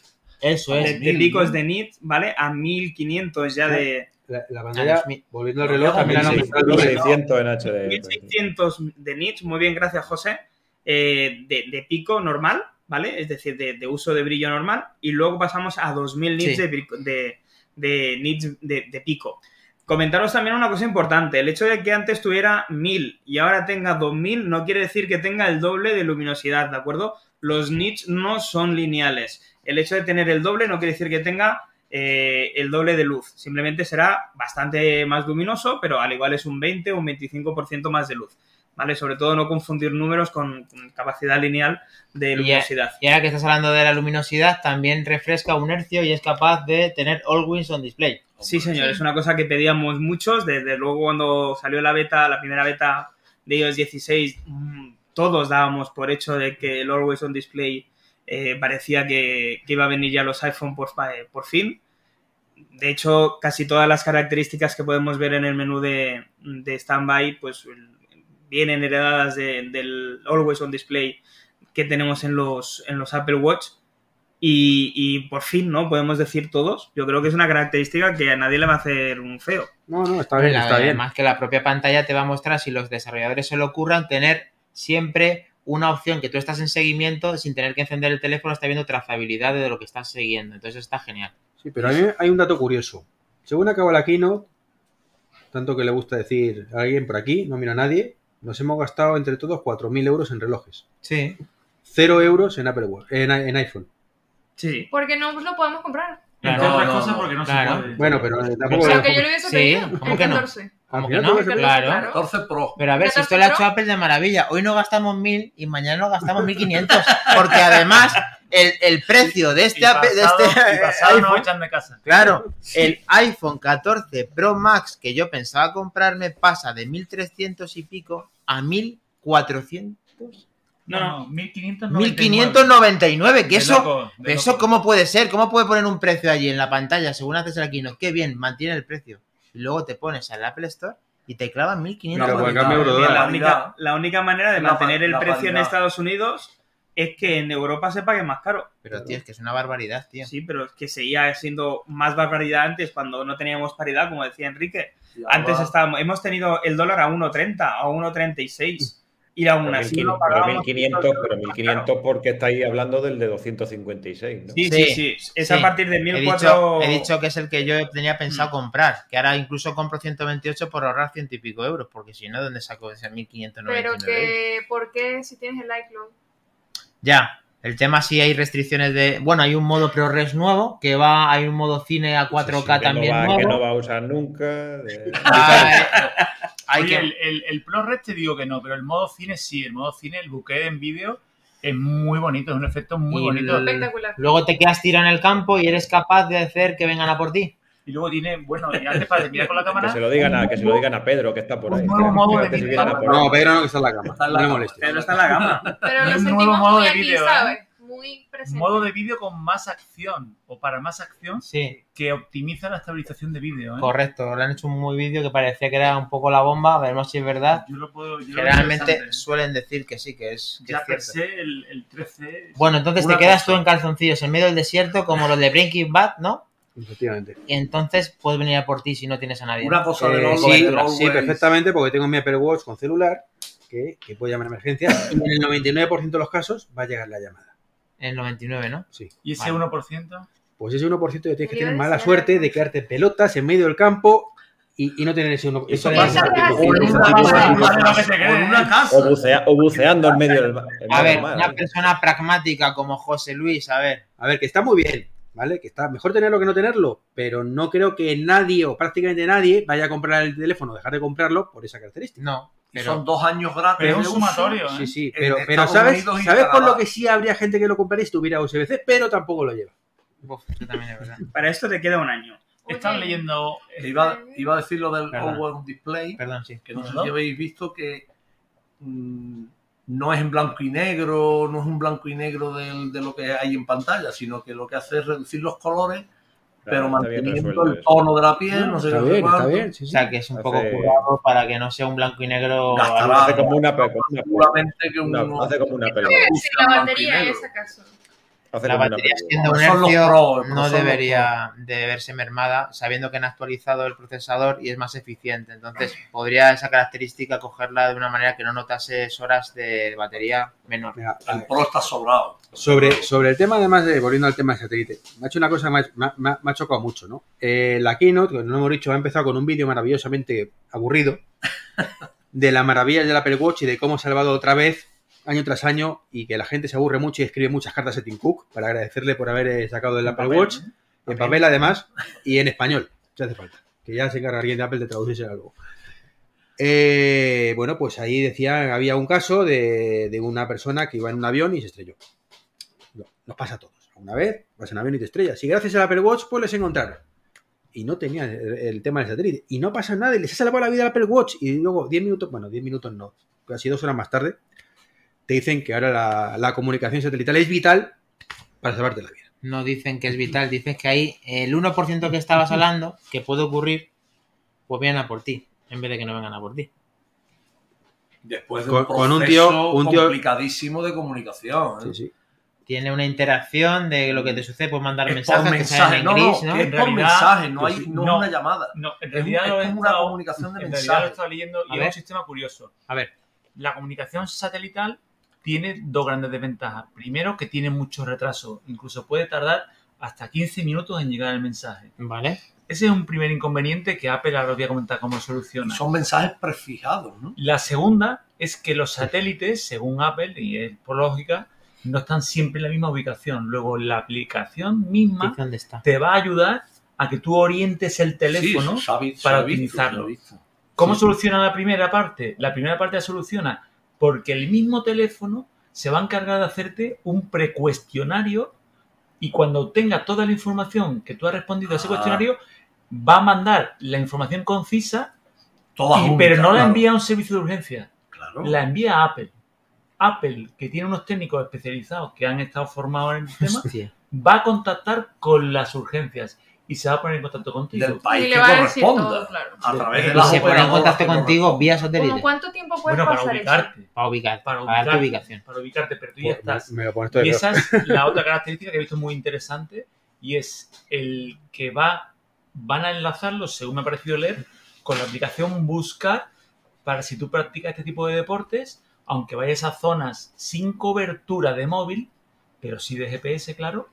S2: Eso
S6: de,
S2: es.
S6: de picos de nit, ¿vale? A 1500 ya de...
S1: La, la
S2: Ah,
S1: pantalla,
S2: los mi-
S1: volviendo al reloj, también han
S4: 1600,
S1: aumentado el-
S4: 1600 en HD. pues.
S6: 1600 de nits, muy bien, gracias José, eh, de, de pico normal, ¿vale? Es decir, de, de uso de brillo normal, y luego pasamos a 2000 nits
S2: Sí.
S6: de, brico- de, de nits de, de pico. Comentaros también una cosa importante, el hecho de que antes tuviera 1000 y ahora tenga 2000 no quiere decir que tenga el doble de luminosidad, ¿de acuerdo? Los nits no son lineales. El hecho de tener el doble no quiere decir que tenga eh, el doble de luz. Simplemente será bastante más luminoso, pero al igual es un 20 o un 25% más de luz. ¿Vale? Sobre todo no confundir números con, con capacidad lineal de
S2: Y-
S6: luminosidad.
S2: Y ahora que estás hablando de la luminosidad, también refresca un hercio y es capaz de tener always on display.
S6: Sí, señor,
S5: Sí.
S6: es una cosa que pedíamos muchos. Desde luego cuando salió la beta, la primera beta de iOS 16 mm, todos dábamos por hecho de que el Always On Display eh, parecía que, que iba a venir ya los iPhone por, fa- eh, por fin. De hecho, casi todas las características que podemos ver en el menú de, de Standby pues, vienen heredadas de- del Always On Display que tenemos en los, en los Apple Watch. Y, y por fin, ¿no? Podemos decir todos. Yo creo que es una característica que a nadie le va a hacer un feo.
S1: No, no, está bien, está bien.
S2: Además que la propia pantalla te va a mostrar si los desarrolladores se le ocurran tener siempre una opción que tú estás en seguimiento sin tener que encender el teléfono, está viendo trazabilidad de lo que estás siguiendo. Entonces está genial.
S1: Sí, pero a mí hay un dato curioso. Según acaba la keynote, tanto que le gusta decir a alguien por aquí, no mira a nadie, nos hemos gastado entre todos 4.000 euros en relojes.
S2: Sí.
S1: 0 euros en Apple Watch, en, en iPhone.
S6: Sí.
S5: Porque no lo podemos comprar.
S3: Entre
S2: Claro,
S3: otras
S7: no,
S3: cosas
S7: no,
S3: porque no
S2: claro.
S3: se puede.
S1: Bueno, pero eh,
S5: O
S1: tampoco...
S5: sea, que yo lo hubiese
S2: Sí,
S5: pedido.
S2: ¿cómo
S5: el
S2: que no?
S5: 14.
S1: al
S2: Como que
S1: final
S2: no,
S1: tengo ser-
S2: claro.
S7: 14 Pro.
S2: Pero a ver, si esto lo ha hecho Apple de maravilla. Hoy no gastamos 1.000 y mañana no gastamos 1.500. Porque además, el, el precio de este,
S3: y
S2: Apple- de
S3: pasado-
S2: este
S3: y pasado
S2: (laughs)
S3: no
S2: iPhone-
S3: echan de casa.
S2: Claro, el iPhone 14 Pro Max que yo pensaba comprarme pasa de 1.300 y pico a 1.400.
S6: No, no.
S3: 1500
S2: 1.599, que eso... Pero ¿Eso cómo puede ser? ¿Cómo puede poner un precio allí en la pantalla según haces el Keynote? Qué bien, mantiene el precio. Y luego te pones al Apple Store y te clavan 1500.
S1: Pero
S7: Claro,
S1: por el cambio
S7: Pero
S6: Bien,
S1: eurodólar.
S6: la,
S7: la
S6: única,
S7: calidad-
S6: la única manera de
S7: la pa-
S6: mantener el
S7: la
S6: precio en
S7: calidad.
S6: Estados Unidos es que en Europa se pague más caro.
S2: Pero tío, es que es una barbaridad, tío.
S6: Sí, pero es que seguía siendo más barbaridad antes cuando no teníamos paridad, como decía Enrique.
S7: Y ahora-
S6: Antes estábamos, hemos tenido el dólar a 1.30, a 1.36 y aún así no pagábamos.
S4: 1500, pero 1500 porque estáis hablando del de 256, ¿no?
S6: Sí, sí, sí.
S2: Sí,
S6: Es
S2: sí.
S6: a partir de
S2: He
S6: 1.400.
S2: dicho, he dicho que es el que yo tenía pensado
S3: Mm.
S2: comprar, que ahora incluso compro 128 por ahorrar ciento y pico euros, porque si no, ¿dónde saco ese 1599
S5: Pero
S2: euros?
S5: que, ¿por qué si tienes el iCloud?
S2: Ya, el tema sí hay restricciones de... Bueno, hay un modo ProRes nuevo, que va, hay un modo cine a 4K
S4: Sí, sí, que
S2: ah, también
S4: no va,
S2: nuevo.
S4: Que no va a usar nunca. de-
S2: Ah, eh, hay
S3: Oye,
S2: que-
S3: el, el, el ProRes te digo que no, pero el modo cine sí, el modo cine, el bouquet en vídeo es muy bonito, es un efecto muy
S2: Y
S3: bonito.
S2: el-
S5: Espectacular.
S2: Luego te quedas tirado en el campo y eres capaz de hacer que vengan a por ti.
S3: Y luego tiene, bueno, y antes para mirar
S2: (laughs)
S3: con la
S4: Que
S3: cámara,
S4: se lo digan a, que se lo digan a Pedro, que está por
S3: Un
S4: ahí.
S3: nuevo modo de
S4: Espérate si
S3: vida.
S4: vienen a por
S1: No,
S4: él.
S1: Pedro no que está en la cama.
S7: Está en la
S1: no le
S7: cama.
S1: molestes.
S6: Pero está en la gama.
S5: Pero lo
S3: un
S5: sentimos
S3: nuevo modo
S5: muy
S3: de
S5: aquí,
S3: vídeo, ¿eh?
S5: ¿sabes? Muy presente.
S3: modo de vídeo con más acción o para más acción
S2: Sí,
S3: que optimiza la estabilización de vídeo. ¿eh?
S2: correcto. Le han hecho un muy vídeo que parecía que era un poco la bomba. Veremos si es verdad.
S3: Yo lo puedo. Yo lo veo
S2: Generalmente
S3: interesante.
S2: suelen decir que sí, que es, que es
S3: ya per
S2: cierto.
S3: se el, el 13.
S2: Bueno, entonces
S3: Una
S2: te quedas
S3: cosa.
S2: tú en calzoncillos en medio del desierto, como los de Breaking Bad, ¿no?
S1: Efectivamente.
S2: Y entonces puedes venir a por ti si no tienes a nadie.
S7: Una cosa
S1: Eh,
S7: de los
S1: sí,
S7: del
S1: sí,
S7: Always.
S1: perfectamente, porque tengo mi Apple Watch con celular, que, que puede llamar a emergencias, y en el 99% de los casos va a llegar la llamada.
S2: En el 99, ¿no?
S1: Sí.
S3: ¿Y ese
S2: vale.
S3: 1%?
S1: Pues ese 1% ya tienes que
S5: Yo
S1: tener
S5: decía-
S1: mala suerte de quedarte en pelotas en medio del campo y, y no tener ese 1%.
S7: Eso
S1: ese
S7: pasa.
S1: 1%.
S7: O en una
S3: Eso
S7: casa,
S3: pasa. Eso
S7: o en
S3: pasa.
S7: una casa.
S4: O, bucea- o buceando en medio del. ma- en
S2: A
S4: medio
S2: ver,
S4: del mar,
S2: una
S4: ¿eh?
S2: persona pragmática como José Luis, a ver.
S1: A ver, que está muy bien, ¿vale? Que está mejor tenerlo que no tenerlo, pero no creo que nadie o prácticamente nadie vaya a comprar el teléfono, dejar de comprarlo por esa característica.
S2: No,
S7: Y
S2: pero
S7: Son dos años gratis.
S3: Pero es un
S7: de uso.
S3: sumatorio, ¿eh?
S1: Sí, sí,
S7: En
S1: pero, pero
S7: Estados
S1: ¿sabes,
S7: Unidos y
S1: ¿sabes por
S7: Canadá.
S1: lo que sí habría gente que lo compraría si tuviera USB-C, pero tampoco lo lleva?
S2: (laughs) Uf, eso también es verdad.
S6: Para esto te queda un año.
S5: Oye,
S3: Están leyendo. eh,
S7: Que Iba, iba a decir lo del
S1: Perdón.
S7: Always on Display,
S2: Perdón, sí.
S7: que no sé
S3: ¿No?
S7: si habéis visto que mm, no es en blanco y negro, no es un blanco y negro del- de lo que hay en pantalla, sino que lo que hace es reducir los colores,
S4: Claro,
S7: pero
S4: está bien
S7: manteniendo
S4: resuelto
S7: el
S4: eso.
S7: tono de la piel, no, sé qué, no sé cuánto.
S1: sí,
S2: O
S1: sí.
S2: sea, que es un poco
S4: Hace-
S2: currado para que no sea un blanco y negro.
S7: Gastará.
S4: Hace como una, pe- como una pe-
S7: Seguramente que
S4: una-
S7: uno-
S4: hace como una
S5: Sí,
S4: pelota.
S5: sí, la batería es acaso.
S4: Hace
S2: La
S4: como una
S2: batería
S4: pelota.
S2: siendo un
S7: Son los
S2: hercio
S7: pros,
S2: no
S7: son los
S2: debería de verse mermada, sabiendo que han actualizado el procesador y es más eficiente. Entonces, podría esa característica cogerla de una manera que no notases horas de batería menor.
S1: Venga,
S7: El pro está sobrado.
S1: Sobre, sobre el tema, además de volviendo al tema del satélite, me ha hecho una cosa que me ha- me ha, me ha- me ha chocado mucho, ¿no? Eh, la keynote, que no hemos dicho, ha empezado con un vídeo maravillosamente aburrido de la maravilla del Apple Watch y de cómo ha salvado otra vez, año tras año, y que la gente se aburre mucho y escribe muchas cartas a Tim Cook para agradecerle por haber eh, sacado el Apple Watch, en papel además, y en español, si hace falta, que ya se encarga alguien de Apple de traducirse algo. Eh, bueno, pues ahí decía, había un caso de, de una persona que iba en un avión y se estrelló. No, nos pasa a todos. Una vez vas en avión y te estrellas. Y gracias al Apple Watch puedes encontrar. Y no tenía el, el tema del satélite. Y no pasa nada. Y les ha salvado la vida al Apple Watch. Y luego 10 minutos, bueno, 10 minutos no. casi dos horas más tarde, te dicen que ahora la, la comunicación satelital es vital para salvarte la vida.
S2: No dicen que es vital, dicen que ahí el 1% que estabas hablando, que puede ocurrir, pues vienen a por ti, en vez de que no vengan a por ti.
S7: Después de
S1: Con-
S7: un proceso
S1: con un tío- un tío-
S7: complicadísimo de comunicación. ¿eh?
S1: Sí, sí.
S2: Tiene una interacción de lo que te sucede, pues mandar
S7: Es
S2: mensajes
S7: por
S2: que salen
S7: mensaje,
S2: en
S7: no, no,
S2: gris,
S7: que
S2: ¿no?
S7: es
S3: En
S7: por
S3: realidad,
S7: mensaje, no
S3: pues
S7: hay
S3: sí,
S7: no,
S3: no.
S7: una llamada.
S3: No, en
S7: Es, un-
S3: realidad
S7: es
S3: lo he
S7: como una
S3: estado-
S7: comunicación de
S3: en realidad lo
S7: mensaje.
S3: estaba leyendo
S2: A
S3: y es
S2: ver.
S3: un sistema curioso.
S2: A ver.
S3: La comunicación satelital tiene dos grandes desventajas. Primero, que tiene mucho retraso. Incluso puede tardar hasta 15 minutos en llegar el mensaje.
S2: Vale.
S3: Ese es un primer inconveniente que Apple ahora os voy a comentar cómo soluciona.
S7: Son mensajes prefijados, ¿no?
S3: La segunda es que los satélites, según Apple, y es por lógica, no están siempre en la misma ubicación. Luego, la aplicación misma
S2: ¿Dónde está?
S3: te va a ayudar a que tú orientes el teléfono
S7: Sí, se ha vi- se
S3: para
S7: ha visto,
S3: utilizarlo.
S7: se ha visto.
S3: ¿Cómo
S7: Sí.
S3: soluciona la primera parte? La primera parte la soluciona porque el mismo teléfono se va a encargar de hacerte un precuestionario y cuando obtenga toda la información que tú has respondido a ese
S7: Ah.
S3: cuestionario, va a mandar la información concisa,
S7: Todas
S3: y-
S7: juntas,
S3: pero no la
S7: claro,
S3: envía a un servicio de urgencia,
S7: claro.
S3: la envía a Apple. Apple, que tiene unos técnicos especializados que han estado formados en el tema,
S2: Hostia.
S3: va a contactar con las urgencias y se va a poner en contacto contigo.
S7: del país
S5: Y le
S7: que
S5: va a decir
S7: corresponda.
S5: todo, claro.
S7: A través de
S2: Y
S7: las
S2: se pone en
S7: operadoras
S2: contacto
S7: que
S2: contigo
S7: correspondan.
S2: vía
S5: ¿Cómo
S2: satélite.
S5: cuánto tiempo puede
S3: Bueno, para
S5: pasar eso?
S3: ubicarte.
S2: Para ubicar,
S3: Para
S2: para, dar tu
S3: ubicarte.
S2: ubicación.
S3: Para ubicarte, pero tú ya
S1: Pues,
S3: estás.
S1: Me lo pones todo de
S3: Y
S1: nuevo.
S3: esa es la otra característica que he visto muy interesante y es el que va, van a enlazarlo, según me ha parecido leer, con la aplicación Buscar para si tú practicas este tipo de deportes, aunque vayas a zonas sin cobertura de móvil, pero sí de GPS, claro,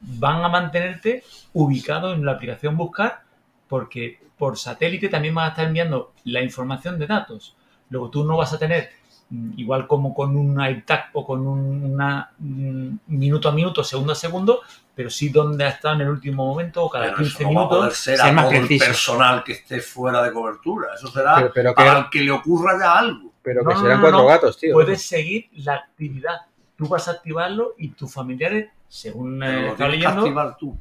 S3: van a mantenerte ubicado en la aplicación Buscar porque por satélite también vas a estar enviando la información de datos. Luego tú no vas a tener, mm, igual como con un iTag o con un- una, mm, minuto a minuto, segundo a segundo, pero sí donde ha estado en el último momento o cada
S7: Pero
S3: 15
S7: eso no va a poder
S3: minutos.
S7: ser
S2: ser
S7: a
S2: más
S7: todo el
S2: preciso.
S7: personal que esté fuera de cobertura. Eso será
S1: Pero, pero
S7: para
S1: que,
S7: el que le ocurra ya algo.
S1: pero
S3: No,
S1: que
S3: Ah, no,
S1: serán
S3: no,
S1: cuatro
S3: no.
S1: gatos, tío.
S3: Puedes seguir la actividad. Tú vas a activarlo y tus familiares, según
S7: Pero
S3: eh,
S7: lo
S3: estaba
S7: tienes que
S3: leyendo,
S7: activar tú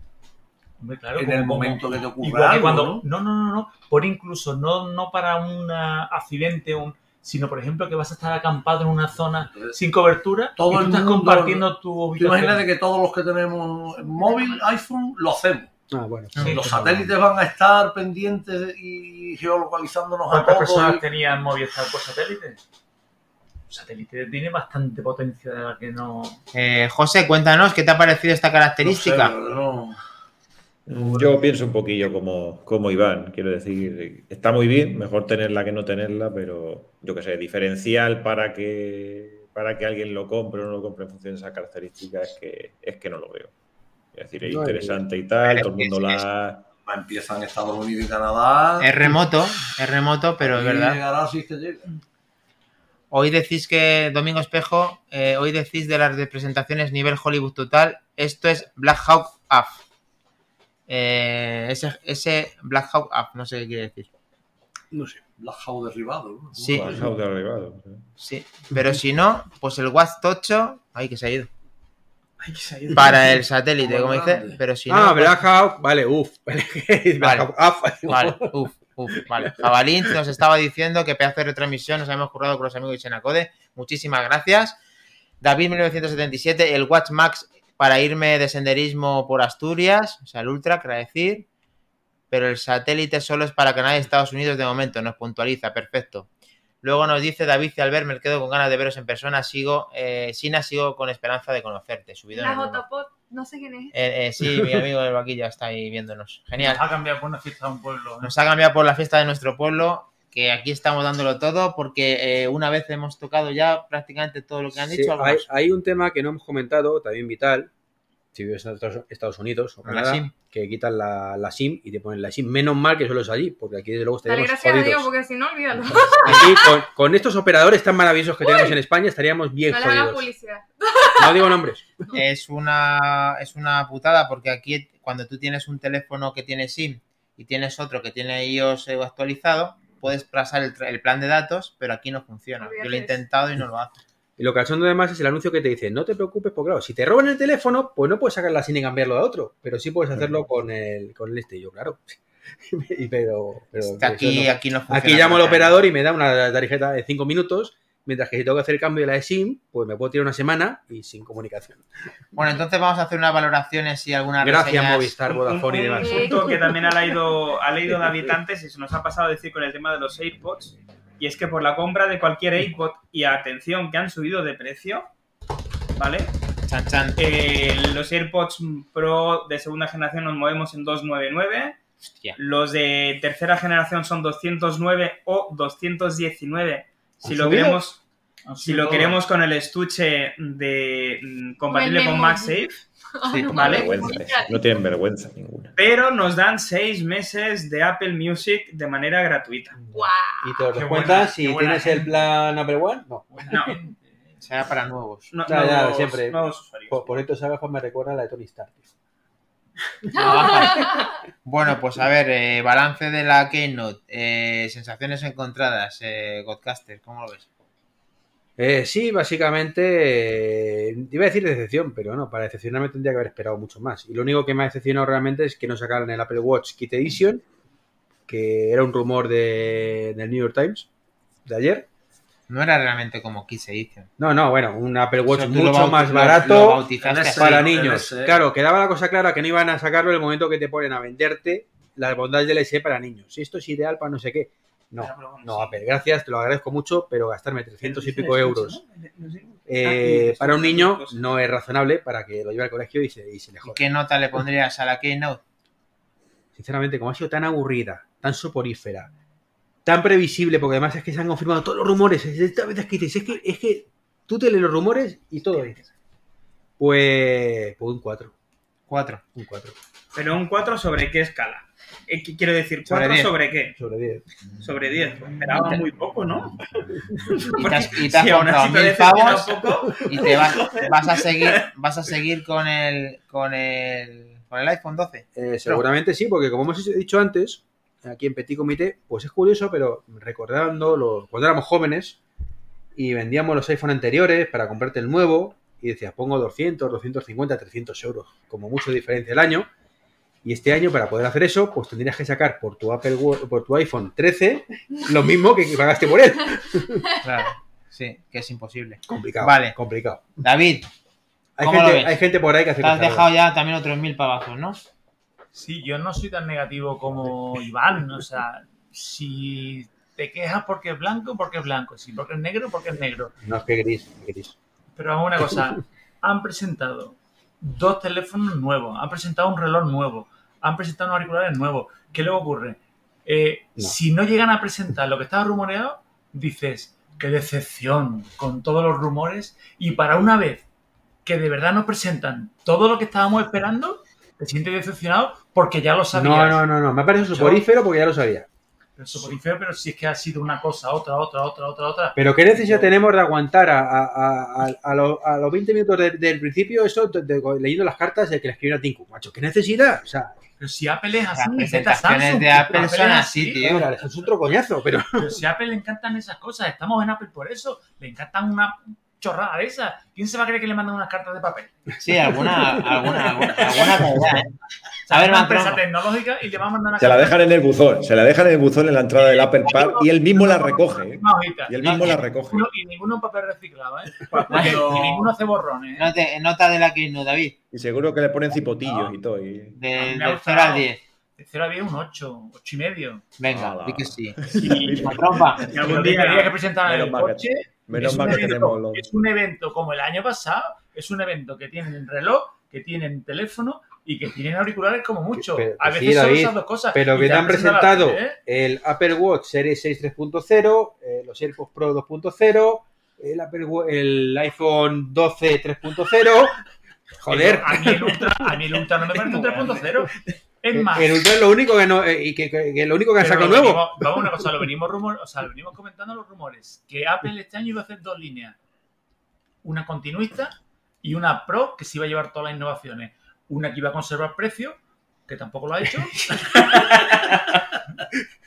S3: hombre, claro,
S7: en
S3: como-
S7: el
S3: como-
S7: momento que te ocurra
S3: Igual que
S7: algo,
S3: cuando.
S7: ¿no?
S3: No, no, no, no. Por incluso, no, no para un ah, accidente, un, sino por ejemplo que vas a estar acampado en una zona
S7: Entonces,
S3: sin cobertura
S7: Todo
S3: y tú
S7: el
S3: estás
S7: mundo-
S3: compartiendo tu
S7: Tú
S3: ubicación.
S7: imagínate que todos los que tenemos móvil, iPhone, lo hacemos.
S1: Ah, bueno.
S3: Sí,
S7: los
S3: como-
S7: satélites van a estar pendientes de- y geolocalizándonos a
S3: ¿Cuántas
S7: todos.
S3: personas
S7: y-
S3: tenían Movistar por satélite? Satélite tiene bastante potencia de la que no.
S2: Eh, José, cuéntanos, ¿qué te ha parecido esta
S7: no sé,
S2: característica?
S7: no-
S4: Yo pienso un poquillo como, como Iván, quiero decir, está muy bien, mejor tenerla que no tenerla, pero yo qué sé, diferencial para que, para que alguien lo compre o no lo compre en función de esas características es que, es que no lo veo. Es decir, es
S1: No,
S4: interesante y tal, todo el mundo
S2: es- es-
S4: la...
S7: Empiezan Estados Unidos y Canadá.
S2: Es remoto, es remoto, pero es
S7: Y
S2: verdad.
S7: llegará si es que llega.
S2: Hoy decís que, Domingo Espejo, eh, hoy decís de las representaciones nivel Hollywood total, esto es Black Hawk Up. Eh, ese, ese Black Hawk Up, no sé qué quiere decir.
S1: No sé.
S7: Black Hawk derribado. ¿no?
S2: Sí.
S4: Pues, ha derribado, sí.
S2: Sí, pero si no, pues el Watch 8, ay que se ha ido,
S6: Ay, que se ha ido.
S2: para el satélite, como dice,
S7: Grande.
S2: pero si
S1: ah,
S2: no... pues-
S1: Black Hawk, vale, (laughs) uff. Black Hawk, ah, (laughs)
S2: Vale, uf, uf, vale. Jabalín nos estaba diciendo que pedazo de E retransmisión nos habíamos currado con los amigos de Chenacode. Muchísimas gracias. David 1977, el Watch Max para irme de senderismo por Asturias, o sea, el Ultra, quería decir. Pero el satélite solo es para Canadá y Estados Unidos de momento, nos puntualiza, perfecto. Luego nos dice David y Albert, me quedo con ganas de veros en persona, sigo, eh, Sina, sigo con esperanza de conocerte. Subido
S5: La Jotapot, no sé quién es.
S2: Eh, sí, mi amigo del vaquilla está ahí viéndonos. Genial.
S3: Ha cambiado por una fiesta a un
S7: (laughs)
S3: pueblo. ¿eh?
S2: Nos ha cambiado por la fiesta de nuestro pueblo, que aquí estamos dándolo todo, porque eh, una vez hemos tocado ya prácticamente todo lo que han
S1: Sí,
S2: dicho. algo
S1: hay,
S2: más.
S1: hay un tema que no hemos comentado, también vital, si vives en Estados- Estados Unidos o
S2: La
S1: Canadá,
S2: SIM.
S1: que quitan la, la SIM y te ponen la SIM. Menos mal que solo es allí, porque aquí desde luego
S5: Dale
S1: estaríamos
S5: gracias a
S1: jodidos.
S5: Dios, porque si no, olvídalo.
S1: Aquí, con, con estos operadores tan maravillosos que tenemos en España, estaríamos bien
S5: No le hagas
S1: jodidos.
S5: publicidad.
S1: No digo nombres.
S2: Es, una, es una putada, porque aquí cuando tú tienes un teléfono que tiene SIM y tienes otro que tiene iOS eh, actualizado, puedes pasar el, tra- el plan de datos, pero aquí no funciona. Yo lo he
S5: Olvídate.
S2: intentado y no lo hace.
S1: Y lo cachondo además es el anuncio que te dice, no te preocupes, porque claro, si te roban el teléfono, pues no puedes sacar la SIM y cambiarlo a otro, pero sí puedes hacerlo con el, con el este, Y yo, claro. (laughs) Y pero, pero
S2: Aquí,
S1: eso no.
S2: aquí no funciona.
S1: Aquí llamo al operador y me da una tarjeta de 5 minutos Mientras que si tengo que hacer el cambio de la de SIM, pues me puedo tirar una semana y sin comunicación.
S2: Bueno, entonces vamos a hacer unas valoraciones y algunas
S1: Gracias,
S2: reseñas.
S1: Movistar, Vodafone y
S6: Un- un-
S1: demás.
S6: Un punto que también ha leído, ha leído David antes y se nos ha pasado a decir con el tema de los AirPods. Y es que por la compra de cualquier AirPod y atención que han subido de precio, ¿vale?
S2: Chan, chan.
S6: Eh, los AirPods Pro de segunda generación nos movemos en 299.
S2: Hostia.
S6: Los de tercera generación son 209 o 219. Si
S1: ¿Han
S6: lo,
S1: subido?
S6: queremos,
S3: Han
S6: si lo
S3: subido-
S6: queremos con el estuche de mm, compatible
S5: Con el
S6: con
S5: Memo.
S6: MagSafe,
S5: (laughs)
S1: Sí,
S5: no,
S6: vale.
S5: no,
S4: Vergüenza, eh. No tienen vergüenza ninguna.
S6: pero nos dan seis meses de Apple Music de manera gratuita.
S5: Guau.
S1: Y te lo
S3: Qué
S1: descuentas
S3: buena-
S1: si
S3: qué buena
S1: tienes el
S3: gente.
S1: plan Apple One. No.
S6: No,
S2: Será para nuevos.
S6: no-
S1: Ya, ya,
S6: nuevos-
S1: siempre.
S6: nuevos usuarios.
S1: Por, por esto Saga me recuerda a la de Tony Stark.
S2: (laughs) Bueno, pues a ver, eh, balance de la Keynote, eh, sensaciones encontradas, eh, Godcaster, ¿cómo lo ves?
S1: Eh, sí, básicamente, eh, iba a decir decepción, pero no, para decepcionarme tendría que haber esperado mucho más. Y lo único que me ha decepcionado realmente es que no sacaran el Apple Watch Kit Edition, que era un rumor de, del New York Times de ayer.
S2: No era realmente como Kiss Edition.
S1: No, no, bueno, un Apple Watch
S2: Eso tú lo
S1: mucho
S2: baut-
S1: más
S2: lo-
S1: barato. este
S2: lo bautizaste
S7: El
S2: así.
S7: SE.
S1: para
S7: Sí,
S1: niños.
S7: LSE.
S1: Claro, quedaba la cosa clara que no iban a sacarlo en el momento que te ponen a venderte las bondades del SE para niños. Esto es ideal para no sé qué. No,
S6: Pero bueno,
S1: no,
S6: sí.
S1: Apple, gracias, te lo agradezco mucho, pero gastarme 300 y pico euros
S6: Ah,
S1: eh,
S6: y esto
S1: para un
S6: es otra
S1: niño
S6: cosa.
S1: no es razonable para que lo lleve al colegio y se, y se le
S2: ¿Y
S1: jode.
S2: qué nota le pondrías a la Keynote?
S1: Sinceramente, como ha sido tan aburrida, tan soporífera, tan previsible, porque además es que se han confirmado todos los rumores. Es de Estas veces que dices, es que, es que tú te lees los rumores y todo lo dices. Pues, pues un 4,
S2: Cuatro.
S1: un 4
S6: Pero un 4 sobre qué escala. Eh, qu- quiero decir,
S2: Sobre
S6: 4
S2: diez.
S6: sobre qué?
S1: sobre 10.
S6: Sobre 10. Pues esperaba muy poco, ¿no?
S2: Y te has, y te has
S6: Si aún
S2: comprado
S6: así te
S2: mil
S6: decepciona
S2: pavos
S6: poco,
S2: y te vas, vas a seguir, vas a seguir con el con el con el iPhone 12.
S1: Eh, seguramente sí, porque como hemos dicho antes, aquí en Petit Comité, pues es curioso, pero recordando lo- cuando éramos jóvenes y vendíamos los iPhone anteriores para comprarte el nuevo y decías, pongo 200, 250, 300 euros, como mucho de diferencia el año. Y este año, para poder hacer eso, pues tendrías que sacar por tu Apple Wa- por tu iPhone 13 lo mismo que pagaste por
S2: (laughs)
S1: él.
S2: Claro. Sí, que es imposible.
S1: Complicado.
S2: Vale.
S1: Complicado.
S2: David,
S1: Hay
S2: ¿Cómo lo
S1: gente,
S2: ves?
S1: hay gente por ahí que hace
S2: te has
S1: cosas
S2: dejado ya también otros mil para abajo, ¿no?
S3: Sí, yo no soy tan negativo como Iván. O sea, si te quejas porque es blanco, porque es blanco. Si porque es negro, porque es negro.
S1: raras. No, es que gris, gris.
S3: Pero vamos a
S2: (laughs)
S3: una cosa. Han presentado dos teléfonos nuevos. Han presentado un reloj nuevo. Han presentado unos auriculares nuevos. ¿Qué luego ocurre? Eh,
S1: No.
S3: Si no llegan a presentar lo que estaba rumoreado, dices, qué decepción con todos los rumores. Y para una vez que de verdad nos presentan todo lo que estábamos esperando, te sientes decepcionado porque ya lo sabías.
S1: No, no, no, no. Me ha parecido soporífero porque ya lo sabía.
S3: Pero eso por infierno, pero si es que ha sido una cosa, otra, otra, otra, otra, otra.
S1: Pero qué necesidad tenemos de aguantar a, a- a- a- a lo- a los 20 minutos de- del principio eso de- de- leyendo las cartas de que le escribieron a Tinku. Macho, qué necesidad. O sea,
S3: Pero si Apple es
S2: Las
S3: así,
S2: presentaciones de Apple son así, tío.
S1: mira, es otro coñazo,
S3: (laughs)
S1: pero
S3: Pero si a Apple le encantan esas cosas, estamos en Apple por eso, le encantan una chorrada de esas. ¿Quién se va a creer que le mandan unas cartas de papel?
S2: Sí, alguna,
S1: (laughs)
S2: alguna, alguna, alguna caerá, ¿eh? A ver,
S3: una
S2: Mantrón.
S3: empresa tecnológica y le va a mandar una
S4: Se la
S3: carta
S4: dejan en el buzón, se la dejan en el buzón en la entrada del Apple Park y él mismo la recoge. ¿eh?
S3: una hojita.
S4: Y él mismo la recoge.
S3: Uno- Y ninguno en papel reciclado, ¿eh?
S7: Cuando-
S3: Y ninguno hace borrones, ¿eh?
S2: No te- Nota de la Keynote, David,
S4: Y seguro que le ponen cipotillos y todo. y-
S2: del
S3: Me ha
S2: 0 al
S3: gustado.
S2: 10.
S3: De 0 a 10, un 8, 8 y medio.
S2: Venga,
S4: Ala.
S2: di que sí.
S6: si-
S2: Trompa.
S6: si algún
S3: Pero
S6: día-
S3: tendría que presentar
S4: menos
S3: el
S4: mal que-
S3: coche.
S4: Menos
S3: es,
S4: mal
S3: un
S4: que tenemos
S3: evento,
S4: los.
S3: es un evento como el año pasado, es un evento que tienen reloj, que tienen teléfono y que tienen auriculares como mucho.
S1: Pero-
S3: a
S1: sí,
S3: veces solo
S1: David,
S3: esas dos cosas.
S1: pero
S3: y
S1: que te han presentado
S3: la- ¿eh?
S1: el Apple Watch Series 6 3.0, eh, los AirPods Pro 2.0, el, Apple Wa- el iPhone 12
S3: (laughs)
S1: 3.0. Joder,
S3: A mí el Ultra, a mí el Ultra no me parece un 3.0. Es más,
S1: el Ultra es lo único que no, eh, y que, que- que lo único que han
S3: pero
S1: sacado
S3: lo
S1: nuevo.
S3: venimos- vamos a una cosa, lo venimos rumor, o sea, lo venimos comentando los rumores que Apple este año iba a hacer dos líneas, una continuista y una pro que se iba a llevar todas las innovaciones, una que iba a conservar precio que tampoco lo
S1: (laughs)
S3: ha hecho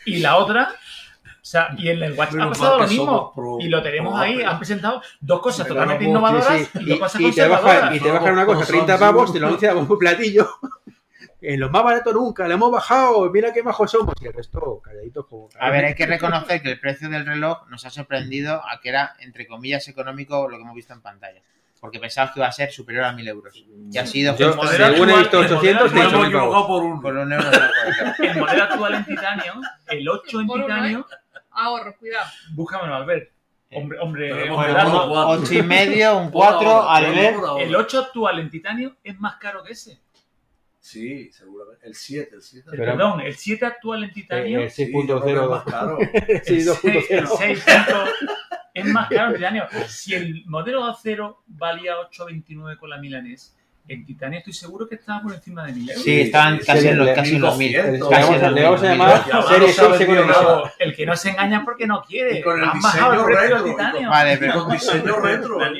S3: y la otra, o sea, y en el Watch ha
S7: Menos
S3: pasado
S7: mal
S3: lo
S7: que somos
S3: mismo
S7: pro-
S3: y lo tenemos
S7: pro
S3: ahí,
S7: Apple.
S3: han presentado dos cosas
S7: Pero
S3: totalmente
S1: Sí,
S7: no,
S3: innovadoras
S1: sí.
S3: y dos cosas
S1: Y, y te bajan,
S3: conservadoras.
S1: y te bajan una cosa, 30 pavos, te lo anuncia un platillo. (laughs) en los más baratos nunca, le hemos bajado, mira qué majos somos. Y el resto, calladitos como.
S2: A ver, hay que reconocer que el precio del reloj nos ha sorprendido a que era, entre comillas, económico lo que hemos visto en pantalla. Porque pensabas que iba a ser superior a 1000 euros. Y ha sido
S1: Yo,
S2: justo
S3: moderado,
S1: según he
S3: igual,
S1: visto
S3: el
S1: 800, te he
S7: Nos
S1: dicho
S7: hemos
S1: mil pavos.
S7: equivocado por uno.
S2: por un euro. no
S7: (laughs)
S2: lo puedo
S3: El modelo actual en titanio, el 8 en
S5: Por uno,
S3: titanio, Eh,
S5: Ahorro, cuidado.
S3: búscamelo, Albert. Hombre,
S7: Pero
S3: hombre,
S7: hemos
S3: hombre,
S7: equivocado
S3: dato.
S7: por cuatro.
S2: Ocho y medio,
S7: (laughs)
S2: un
S7: Por ahora,
S2: 4, al
S7: por
S2: ver.
S7: ahora.
S3: el 8 actual en titanio es más caro que ese.
S7: Sí, seguramente. El 7, el 7.
S3: El-
S1: Pero-
S3: perdón, el 7 actual en titanio,
S1: Eh, 6.0. (laughs)
S7: Claro.
S1: Sí,
S3: el 6,
S1: 2.0.
S3: es más caro en titanio. Si el modelo acero valía 8,29 con la milanés, en titanio estoy seguro que estaba por encima de 1000 euros.
S2: Sí, estaban casi en los- casi en los mil. Casi en los
S1: Le vamos a
S2: mil.
S1: llamar
S7: Ya, vamos
S1: Series
S7: a
S1: X
S7: ver
S1: Second
S7: bien,
S1: Edition.
S7: vamos.
S3: Pero el que no se engaña porque no quiere.
S7: Y con el
S3: Han bajado el
S7: diseño
S3: precio del
S7: retro, y con-
S3: titanio.
S2: Vale,
S7: Y
S2: pero,
S7: con diseño retro. ¿eh?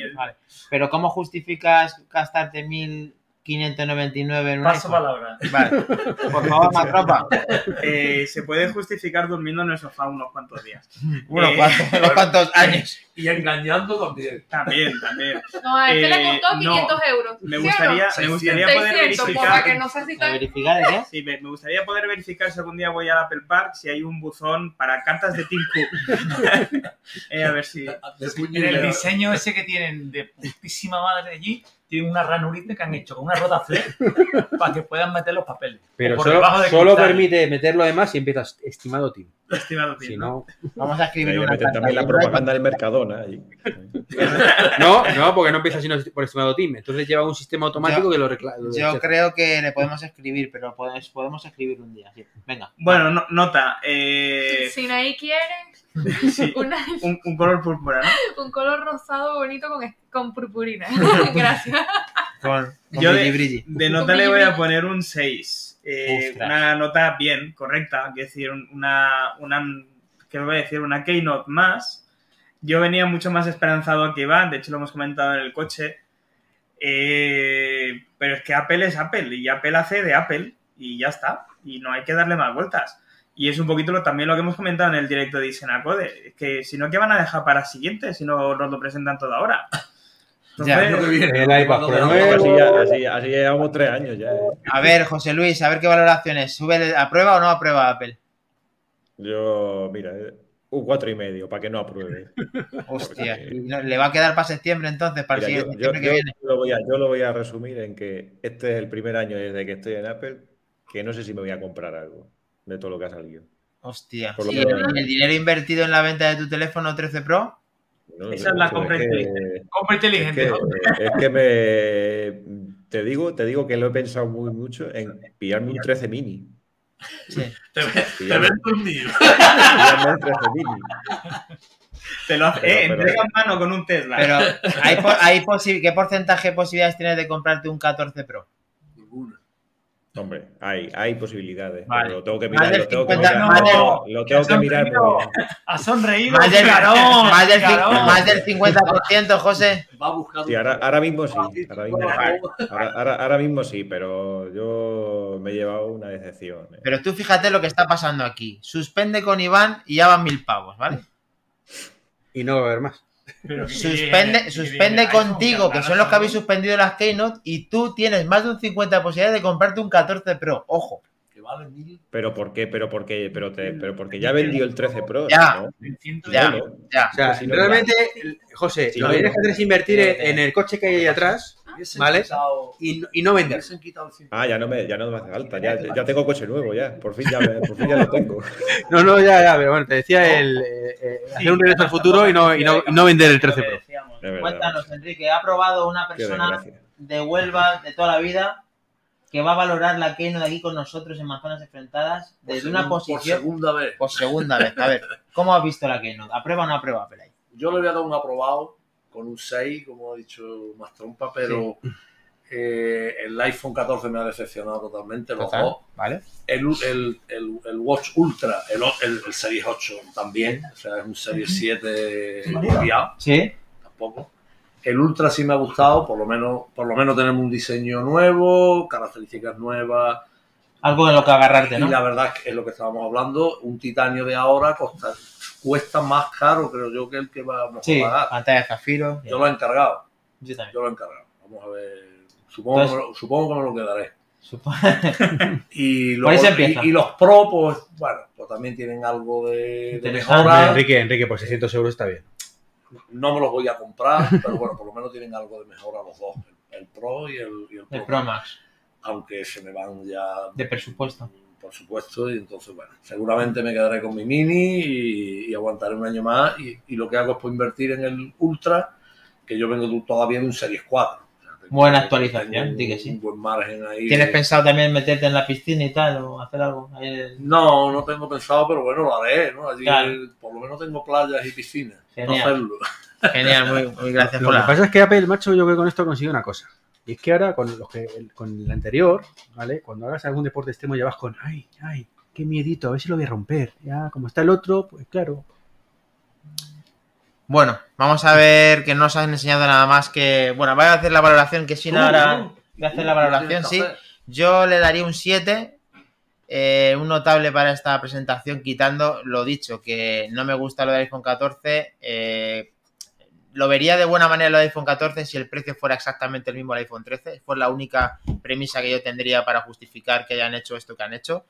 S2: pero ¿cómo justificas gastarte 1599 en un
S3: Paso
S2: iPhone?
S3: palabra.
S2: Vale. Por favor, más ropa.
S6: Eh, se puede justificar durmiendo en el sofá unos cuantos días.
S2: Unos
S6: Eh,
S2: cuantos, (laughs) unos cuantos años.
S7: Y engañando también.
S6: También, también.
S5: No, a este le
S6: Eh,
S5: costó
S6: no.
S5: 500 euros. ¿sí
S6: Me
S5: o
S6: gustaría, me
S7: Seiscientos.
S5: no?
S6: gustaría poder
S5: 600, pues, para que
S6: verificar.
S5: no seas así
S2: ¿A
S5: tan...
S2: verificar de qué?
S6: Sí, me, me gustaría poder verificar si algún día voy al Apple Park si hay un buzón para cartas de Tim Cook. Eh, a ver si.
S7: De puño y
S3: En el
S7: letra.
S3: diseño ese que tienen de putísima madre allí, tienen una ranurita que han hecho con una rota flex para que puedan meter los papeles. O
S1: Pero
S3: por
S1: solo,
S3: debajo del
S1: solo
S3: cristal.
S1: permite meterlo además si empiezas estimado Tim.
S6: Estimado
S1: Si
S6: Tim.
S1: no,
S2: Vamos a
S4: Ahí
S2: escribir
S4: le
S2: una
S4: meten
S2: carta.
S4: también la
S2: bien
S4: propaganda del Mercadona.
S2: (laughs)
S4: ahí.
S1: no, no, porque no empieza sino por estimado Tim. Entonces lleva un sistema automático
S2: Yo-
S1: que lo reclama.
S2: Yo creo que le podemos escribir, pero podemos, podemos escribir un día. sí. Venga.
S6: Bueno, no- nota. eh,
S5: Si nadie quiere
S6: (laughs) sí,
S5: una- (laughs)
S6: un, un color púrpura, ¿no?
S5: un color rosado bonito con, con
S6: (laughs)
S5: purpurina. Gracias.
S2: Con, con
S6: Yo
S2: Brigi
S6: de,
S2: Brigi.
S6: de nota le voy a poner un 6. Eh,
S2: Ostras.
S6: una nota bien, correcta. Es decir, una, una, ¿qué voy a decir? Una keynote más. Yo venía mucho más esperanzado que Iván, de hecho lo hemos comentado en el coche. Eh, pero es que Apple es Apple y Apple hace de Apple y ya está. Y no hay que darle más vueltas. Y es un poquito lo, también lo que hemos comentado en el directo de Isenacode. Es que si no, ¿qué van a dejar para siguiente si no nos lo presentan todo ahora?
S2: Ya,
S6: Entonces-
S7: Año que viene,
S1: El iPad Pro
S7: cuando-
S1: nuevo.
S4: Así, ya- así- así llevamos tres años ya. eh.
S2: A ver, José Luis, a ver qué valoraciones. ¿Sube, ¿Aprueba o no aprueba
S4: (laughs)
S2: Apple?
S4: Yo, mira, eh, un cuatro y medio para que no apruebe.
S2: Hostia. ¿y no- ¿Le va a quedar para septiembre entonces? (laughs) Para
S4: Pues Mira,
S2: el
S4: yo,
S2: siguiente
S4: yo-
S2: septiembre
S4: yo
S2: que viene.
S4: lo voy a, yo lo voy a resumir en que este es el primer año desde que estoy en Apple que no sé si me voy a comprar algo de todo lo que ha salido.
S2: Hostia.
S4: Por lo
S2: ¿Y
S4: que-
S2: el, el dinero invertido en la venta de tu teléfono 13 Pro?
S4: No,
S6: Esa es la
S4: macho,
S6: compra
S4: que-
S6: inteligente. Compra
S4: es que,
S6: inteligente. ¿no?
S4: es que me te digo, te digo que lo he pensado muy mucho en pillarme un
S2: (laughs)
S4: 13 mini. (laughs)
S2: Sí.
S7: Te, ve- te
S4: Pillarme,
S7: ven dormido.
S4: pillarme un 13 mini.
S6: Te lo hace,
S4: Pero-
S6: eh,
S4: pero-
S6: entrega en mano con un Tesla.
S2: Pero, ¿hay, po- hay posi- ¿qué porcentaje de posibilidades tienes de comprarte un 14 Pro?
S7: Ninguna.
S4: Hombre, hay, hay posibilidades.
S2: Vale.
S4: pero lo tengo que
S2: Más
S4: mirar,
S2: del
S4: lo tengo que
S2: 50,
S4: mirar.
S3: más del-
S4: No, lo tengo que mirar. muy bien.
S3: Ha sonreído.
S2: Más del,
S3: (laughs) carón,
S2: más del, cin-
S3: carón.
S2: más del 50%, José.
S7: Va a buscar.
S4: Sí, ahora, ahora mismo sí. Ahora mismo, ahora- ahora- ahora mismo sí, pero yo me he llevado una decepción. eh.
S2: Pero tú fíjate lo que está pasando aquí. Suspende con Iván y ya van mil pavos, ¿vale?
S1: Y no va a haber más.
S3: Pero que
S2: Suspende,
S3: viene-
S2: suspende
S3: viene
S2: contigo,
S3: iPhone,
S2: que
S3: ahora
S2: son los que habéis
S3: son-
S2: suspendido las Keynote, y tú tienes más de un 50 posibilidad de comprarte un 14 Pro. Ojo.
S7: Que vale mil.
S4: Pero ¿por qué? Pero porque, pero te, pero porque ya vendió el 13 Pro.
S2: Ya.
S4: ¿no?
S3: Entiendo
S2: Ya.
S3: que-
S4: Bueno,
S2: Ya.
S1: O sea,
S4: Sí, no,
S1: realmente, José,
S4: Sí,
S1: lo
S4: no,
S1: que tienes que
S4: no.
S1: hacer es invertir en en el coche que hay ahí atrás
S7: Hubiesen
S1: ¿Vale?
S7: quitado-
S1: y, no- y no vender.
S7: hubiesen quitado el cinco.
S4: Ah, ya no me, ya no me hace falta. Ya, ya tengo coche nuevo, ya. Por fin ya, me- por fin ya
S2: (laughs)
S4: lo tengo.
S1: No, no, ya, ya, pero bueno, te decía el eh, eh, hacer un regreso al futuro y no, y no- y no vender el 13
S6: Lo que
S1: Pro.
S6: decíamos.
S4: De verdad.
S2: Cuéntanos, Enrique, ¿ha probado una
S4: Qué
S2: persona
S4: desgracia.
S2: de Huelva de toda la vida que va a valorar la Keynote aquí con nosotros en Manzanas Enfrentadas
S7: Por
S2: desde una
S7: segun- Por
S2: posición
S7: segunda vez.
S2: por segunda vez? A ver, ¿cómo has visto la Keynote? ¿Aprueba o no aprueba, Pelay?
S7: Yo le voy a dar un aprobado con un 6, como ha dicho Mastrompa, pero eh, el iPhone 14 me ha decepcionado totalmente. Los
S2: Total,
S7: dos.
S2: ¿vale?
S7: El, el, el, el Watch Ultra, el, o- el, el Series 8 también, o sea, es un Series 7 copiado,
S2: Sí.
S7: tampoco. El Ultra sí me ha gustado, por lo menos, por lo menos tenemos un diseño nuevo, características nuevas,
S2: Algo de lo que agarrarte, ¿no?
S7: y la verdad es que es lo que estábamos hablando, un titanio de ahora costa- cuesta más caro, creo yo, que el que vamos
S2: Sí,
S7: a pagar.
S2: pantalla de zafiro.
S7: Yo lo he encargado,
S2: Yo también.
S7: yo lo he encargado. Vamos a ver, supongo, que, me lo, supongo que me lo quedaré. Y,
S8: Por ahí
S7: luego-
S8: se empieza.
S7: y- y los pro, pues, bueno, pues también tienen algo de, de
S8: Interesante.
S2: Ah.
S7: mejora.
S1: Enrique, Enrique, por 600 euros está bien.
S7: No me los voy a comprar, pero bueno, por lo menos tienen algo de mejora los dos, el, el pro y el, y el
S8: El
S7: Pro
S8: Pro Max,
S7: aunque se me van ya.
S8: de presupuesto.
S7: Por supuesto, y entonces, bueno, seguramente me quedaré con mi mini y, y aguantaré un año más. Y, y lo que hago es pues, invertir en el Ultra, que yo vengo de- todavía de un Series 4. O sea, tengo-
S8: Buena actualización,
S7: tengo
S8: di que sí.
S7: Un buen margen ahí.
S8: ¿Tienes
S7: de-
S8: pensado también meterte en la piscina y tal o hacer algo? Ahí en
S2: eh,
S8: el-
S7: No, no tengo pensado, pero bueno, lo haré, ¿no? Allí
S8: Claro.
S7: por lo menos tengo playas y piscinas.
S8: Genial.
S7: No hacerlo.
S8: Genial, muy, muy gracias
S1: Lo
S8: por
S1: que
S8: la...
S1: pasa es que Apple, macho, yo creo que con esto consigue una cosa. Y es que ahora, con, los que, el- con el anterior, ¿vale? Cuando hagas algún deporte extremo ya vas con, ay, ay, qué miedito, a ver si lo voy a romper. Ya, como está el otro, pues claro.
S2: Bueno, vamos a ver que no os han enseñado nada más que. Bueno, voy a hacer la valoración que sin
S7: Tú,
S2: ahora.
S7: ¿no?
S2: Voy a hacer
S7: Tú,
S2: la
S7: ¿qué
S2: valoración,
S7: tienes que
S2: sí.
S7: hacer?
S2: Yo le daría un 7. eh, un notable para esta presentación, quitando lo dicho, que no me gusta lo del iPhone 14. eh, lo vería de buena manera lo del iPhone 14 si el precio fuera exactamente el mismo al iPhone 13. Fue la única premisa que yo tendría para justificar que hayan hecho esto que han hecho.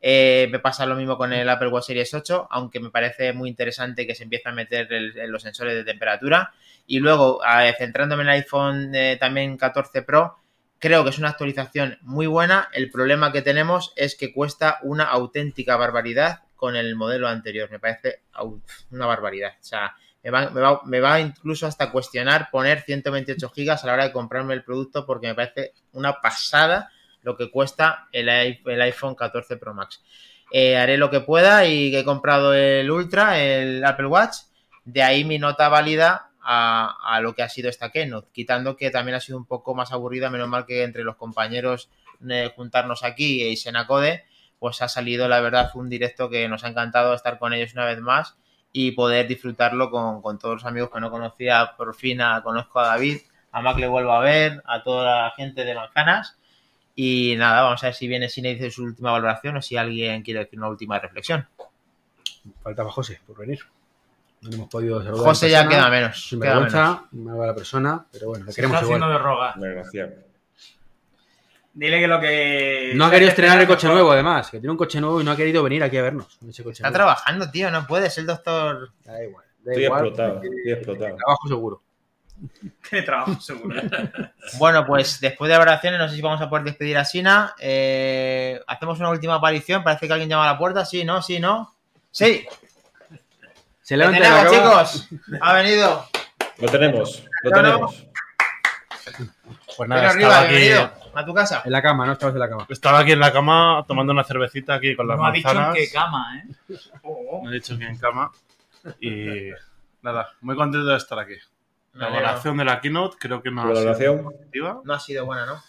S2: Eh, me pasa lo mismo con el Apple Watch Series 8, aunque me parece muy interesante que se empiece a meter el- los sensores de temperatura. Y luego, eh, centrándome en el iPhone eh, también 14 Pro, creo que es una actualización muy buena. El problema que tenemos es que cuesta una auténtica barbaridad con el modelo anterior. Me parece au- una barbaridad. O sea, me va, me va- me va incluso hasta a cuestionar poner 128 gigas a la hora de comprarme el producto porque me parece una pasada lo que cuesta el, i- el iPhone 14 Pro Max. Eh, haré lo que pueda y he comprado el Ultra, el Apple Watch. De ahí mi nota válida a, a lo que ha sido esta Keynote, quitando que también ha sido un poco más aburrida, menos mal que entre los compañeros eh, juntarnos aquí y Senacode, pues ha salido la verdad un directo que nos ha encantado estar con ellos una vez más y poder disfrutarlo con, con todos los amigos que no conocía, por fin a- conozco a David, a Mac le vuelvo a ver, a toda la gente de Manzanas y nada, vamos a ver si viene Sine y dice su última valoración o si alguien quiere decir una última reflexión.
S1: Faltaba José por venir. No le hemos podido saludar. en
S2: José ya
S1: persona.
S2: queda menos,
S1: Sin
S2: queda menos.
S1: vergüenza, una mala persona, pero bueno, le
S3: Se está
S1: queremos
S3: haciendo
S1: igual.
S3: de rogar.
S4: Gracias.
S6: Dile que lo que.
S1: No ha querido estrenar el coche nuevo, además, que tiene un coche nuevo y no ha querido venir aquí a vernos. con ese coche
S2: Está
S1: nuevo.
S2: trabajando, tío, no puede ser doctor.
S1: Da igual. Da
S4: Estoy
S1: igual,
S4: explotado,
S1: porque
S2: (laughs)
S4: estoy explotado.
S1: Trabajo seguro.
S6: (laughs) Tiene trabajo, seguro.
S2: Bueno, pues después de oraciones, no sé si vamos a poder despedir a Sina. Eh, hacemos una última aparición. Parece que alguien llama a la puerta. Sí, no, sí, no. Sí,
S1: Se
S2: le
S1: levanta y
S2: tenemos,
S1: acaba-
S2: chicos. Ha venido.
S4: Lo tenemos, lo
S2: Claro.
S4: tenemos.
S8: Pues
S2: Ven
S8: nada,
S2: arriba,
S8: estaba aquí,
S2: bienvenido. A tu casa.
S1: En la cama, no estabas en la cama.
S9: Estaba aquí en la cama tomando una cervecita aquí con las
S3: No ha dicho en
S9: manzanas.
S3: qué cama, ¿eh?
S6: Oh,
S9: No he dicho que en cama. Y nada, muy contento de estar aquí.
S2: Me
S9: La
S2: alegro.
S9: valoración de la keynote creo
S2: Ah,
S9: que no ha sido
S4: Valoración.
S9: positiva,
S2: No ha sido buena, ¿no?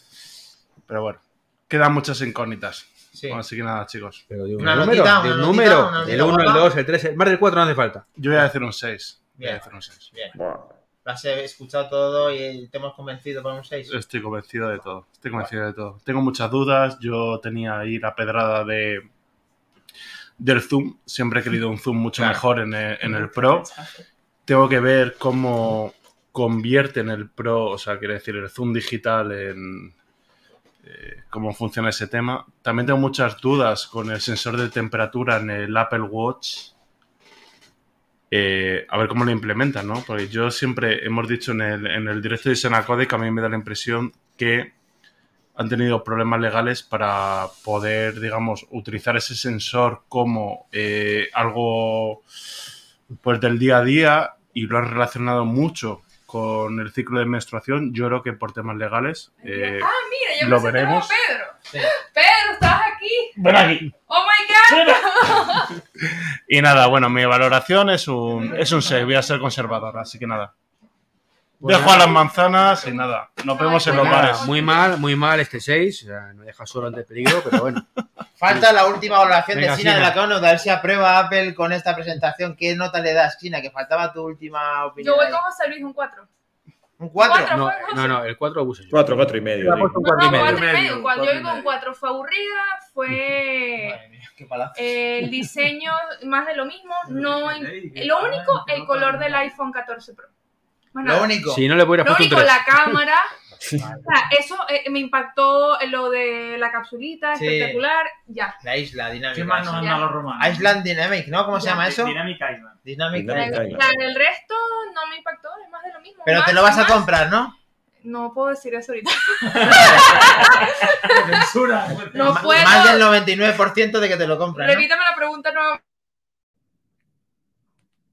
S9: pero bueno, quedan muchas incógnitas.
S2: Sí.
S9: Así que nada, chicos.
S1: Pero de un
S2: Una
S1: número,
S2: notita,
S1: de
S2: una
S1: un
S2: notita,
S1: número,
S2: una notita
S1: del 1, el
S2: guapa.
S1: 2, el 3, el más del 4 no hace falta.
S9: Yo voy a decir un 6. Voy a
S2: Bien.
S9: decir un 6.
S2: Lo has escuchado todo y te hemos convencido con un 6.
S9: Estoy convencido de todo. Estoy convencido de todo. Tengo muchas dudas. Yo tenía ahí la pedrada de del zoom. Siempre he querido un zoom mucho mejor en el, en el Pro. Tengo que ver cómo convierten el Pro, o sea, quiere decir el zoom digital en eh, cómo funciona ese tema. También tengo muchas dudas con el sensor de temperatura en el Apple Watch. Eh, a ver cómo lo implementan, ¿no? Porque yo siempre hemos dicho en el, en el directo de Senacode que a mí me da la impresión que han tenido problemas legales para poder, digamos, utilizar ese sensor como eh, algo pues del día a día y lo han relacionado mucho con el ciclo de menstruación. Yo creo que por temas legales. eh,
S5: ah, mira, yo me siento
S9: lo
S5: como
S9: veremos.
S5: Pedro. Pedro, estás aquí.
S9: Ven aquí.
S5: Oh my god.
S9: Y nada, bueno, mi valoración es un es un 6, voy a ser conservador, así que nada. Dejo a las manzanas y nada. Nos vemos en los
S5: Nada,
S9: bares.
S1: pues Nada, muy mal, muy mal este 6. O sea, no deja solo ante el peligro, pero
S2: (laughs)
S1: bueno.
S2: Falta la última valoración
S1: Venga,
S2: de Sina de
S1: Sina.
S2: la que vamos a ver si aprueba Apple con esta presentación. ¿Qué nota le das, Sina? Que faltaba tu última opinión.
S5: Yo voy
S2: ahí.
S5: con José Luis, un 4.
S2: Un 4.
S5: cuatro.
S1: No, no, no, el 4 lo puse yo.
S4: Cuatro, cuatro y medio. sí.
S5: No, no, 4 y
S6: medio.
S5: medio. Cuando yo
S6: Cuatro y
S5: voy con
S6: medio.
S5: 4 fue aburrida, fue eh, el diseño más de lo mismo. No, lo único, el color del iPhone 14 Pro. Más
S2: Lo
S5: nada.
S2: único.
S1: Si no le hubiera
S5: Lo
S1: puesto un 3.
S5: único, la cámara, O sea, eso eh, me impactó lo de la capsulita
S2: Sí.
S5: espectacular, ya.
S2: La isla dinámica.
S3: (laughs) ¿Qué más nos han
S5: Ya.
S3: dado los romanos?
S2: Island Dynamic, ¿no? ¿Cómo se llama eso?
S6: Dynamic Island.
S2: Dynamic.
S5: La-
S4: Dynamic. Island.
S5: la- el resto no me impactó, es más de lo mismo.
S2: Pero
S5: Más,
S2: te lo vas a
S5: más.
S2: comprar, ¿no?
S5: No puedo decir eso ahorita.
S3: Censura.
S5: No
S2: Ma-
S5: puedo.
S2: Más del 99% de que te lo compras. ¿no?
S5: Repítame la pregunta nuevamente.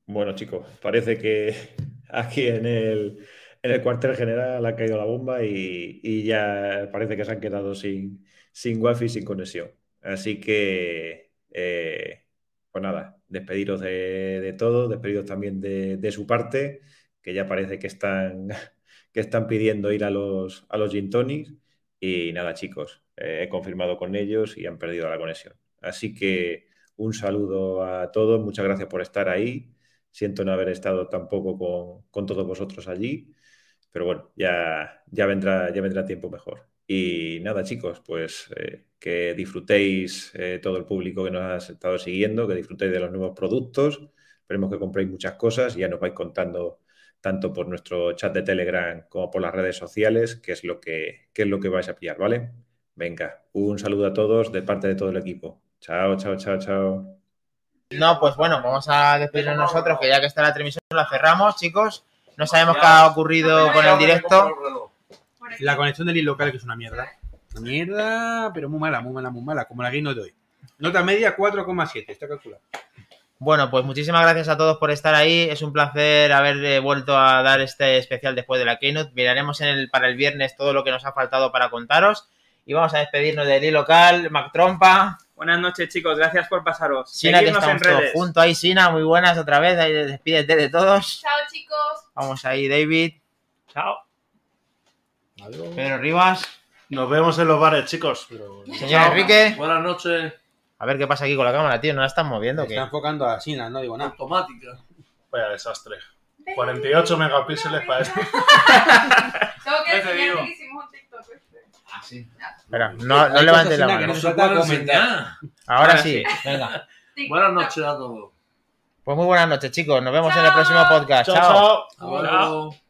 S4: Bueno, chicos, parece que (laughs) aquí en el, en el cuartel general ha caído la bomba y, y ya parece que se han quedado sin, sin wifi y sin conexión. Así que, eh, pues nada, despediros de, de todo, despediros también de, de su parte, que ya parece que están, (laughs) que están pidiendo ir a los, a los gin tonics. Y nada, chicos, eh, he confirmado con ellos y han perdido la conexión. Así que un saludo a todos, muchas gracias por estar ahí. Siento no haber estado tampoco con, con todos vosotros allí, pero bueno, ya, ya vendrá, ya vendrá tiempo mejor. Y nada, chicos, pues eh, que disfrutéis eh, todo el público que nos ha estado siguiendo, que disfrutéis de los nuevos productos. Esperemos que compréis muchas cosas y ya nos vais contando tanto por nuestro chat de Telegram como por las redes sociales qué es lo que, qué es lo que vais a pillar, ¿vale? Venga, un saludo a todos de parte de todo el equipo. Chao, chao, chao, chao.
S2: No, pues bueno, vamos a despedirnos nosotros, que ya que está la transmisión la cerramos, chicos. No sabemos qué ha ocurrido con el directo.
S5: Por aquí.
S1: La conexión del local que es una mierda. Una mierda, pero muy mala, muy mala, muy mala, como la Game Note de hoy. Nota media 4,7, está calculado.
S2: Bueno, pues muchísimas gracias a todos por estar ahí. Es un placer haber eh, vuelto a dar este especial después de la Keynote. Miraremos en el, para el viernes todo lo que nos ha faltado para contaros. Y vamos a despedirnos del local, Mac Trompa,
S6: Buenas noches, chicos. Gracias por pasaros.
S2: Sina, que
S6: Seguidnos en
S2: estamos todos
S6: redes.
S2: juntos ahí, Sina, muy buenas otra vez, ahí despídete de todos.
S5: Chao, chicos.
S2: Vamos ahí, David,
S6: Chao.
S2: Pedro Rivas,
S9: Nos vemos en los bares, chicos.
S2: señor Enrique.
S7: Buenas noches,
S2: A ver qué pasa aquí con la cámara, tío, no la están moviendo. ¿o qué?
S1: Está enfocando a Sina, no digo nada.
S7: automática.
S9: Vaya desastre. 48 megapíxeles
S5: (laughs)
S9: para esto.
S5: Tengo que
S3: Ya te digo.
S5: enseñarte que hicimos un TikTok. este.
S2: Espera, no, no
S1: Hay cosas,
S2: levantes
S1: Sina,
S2: la mano.
S1: que
S7: No
S1: se
S7: se
S1: puede
S7: puede enseñar.
S2: Ahora sí, venga.
S5: Tic-tac.
S7: Buenas noches a todos.
S2: Pues muy buenas noches, chicos. Nos vemos en el
S5: Chao.
S2: próximo podcast.
S9: chao. chao.
S7: Hasta luego.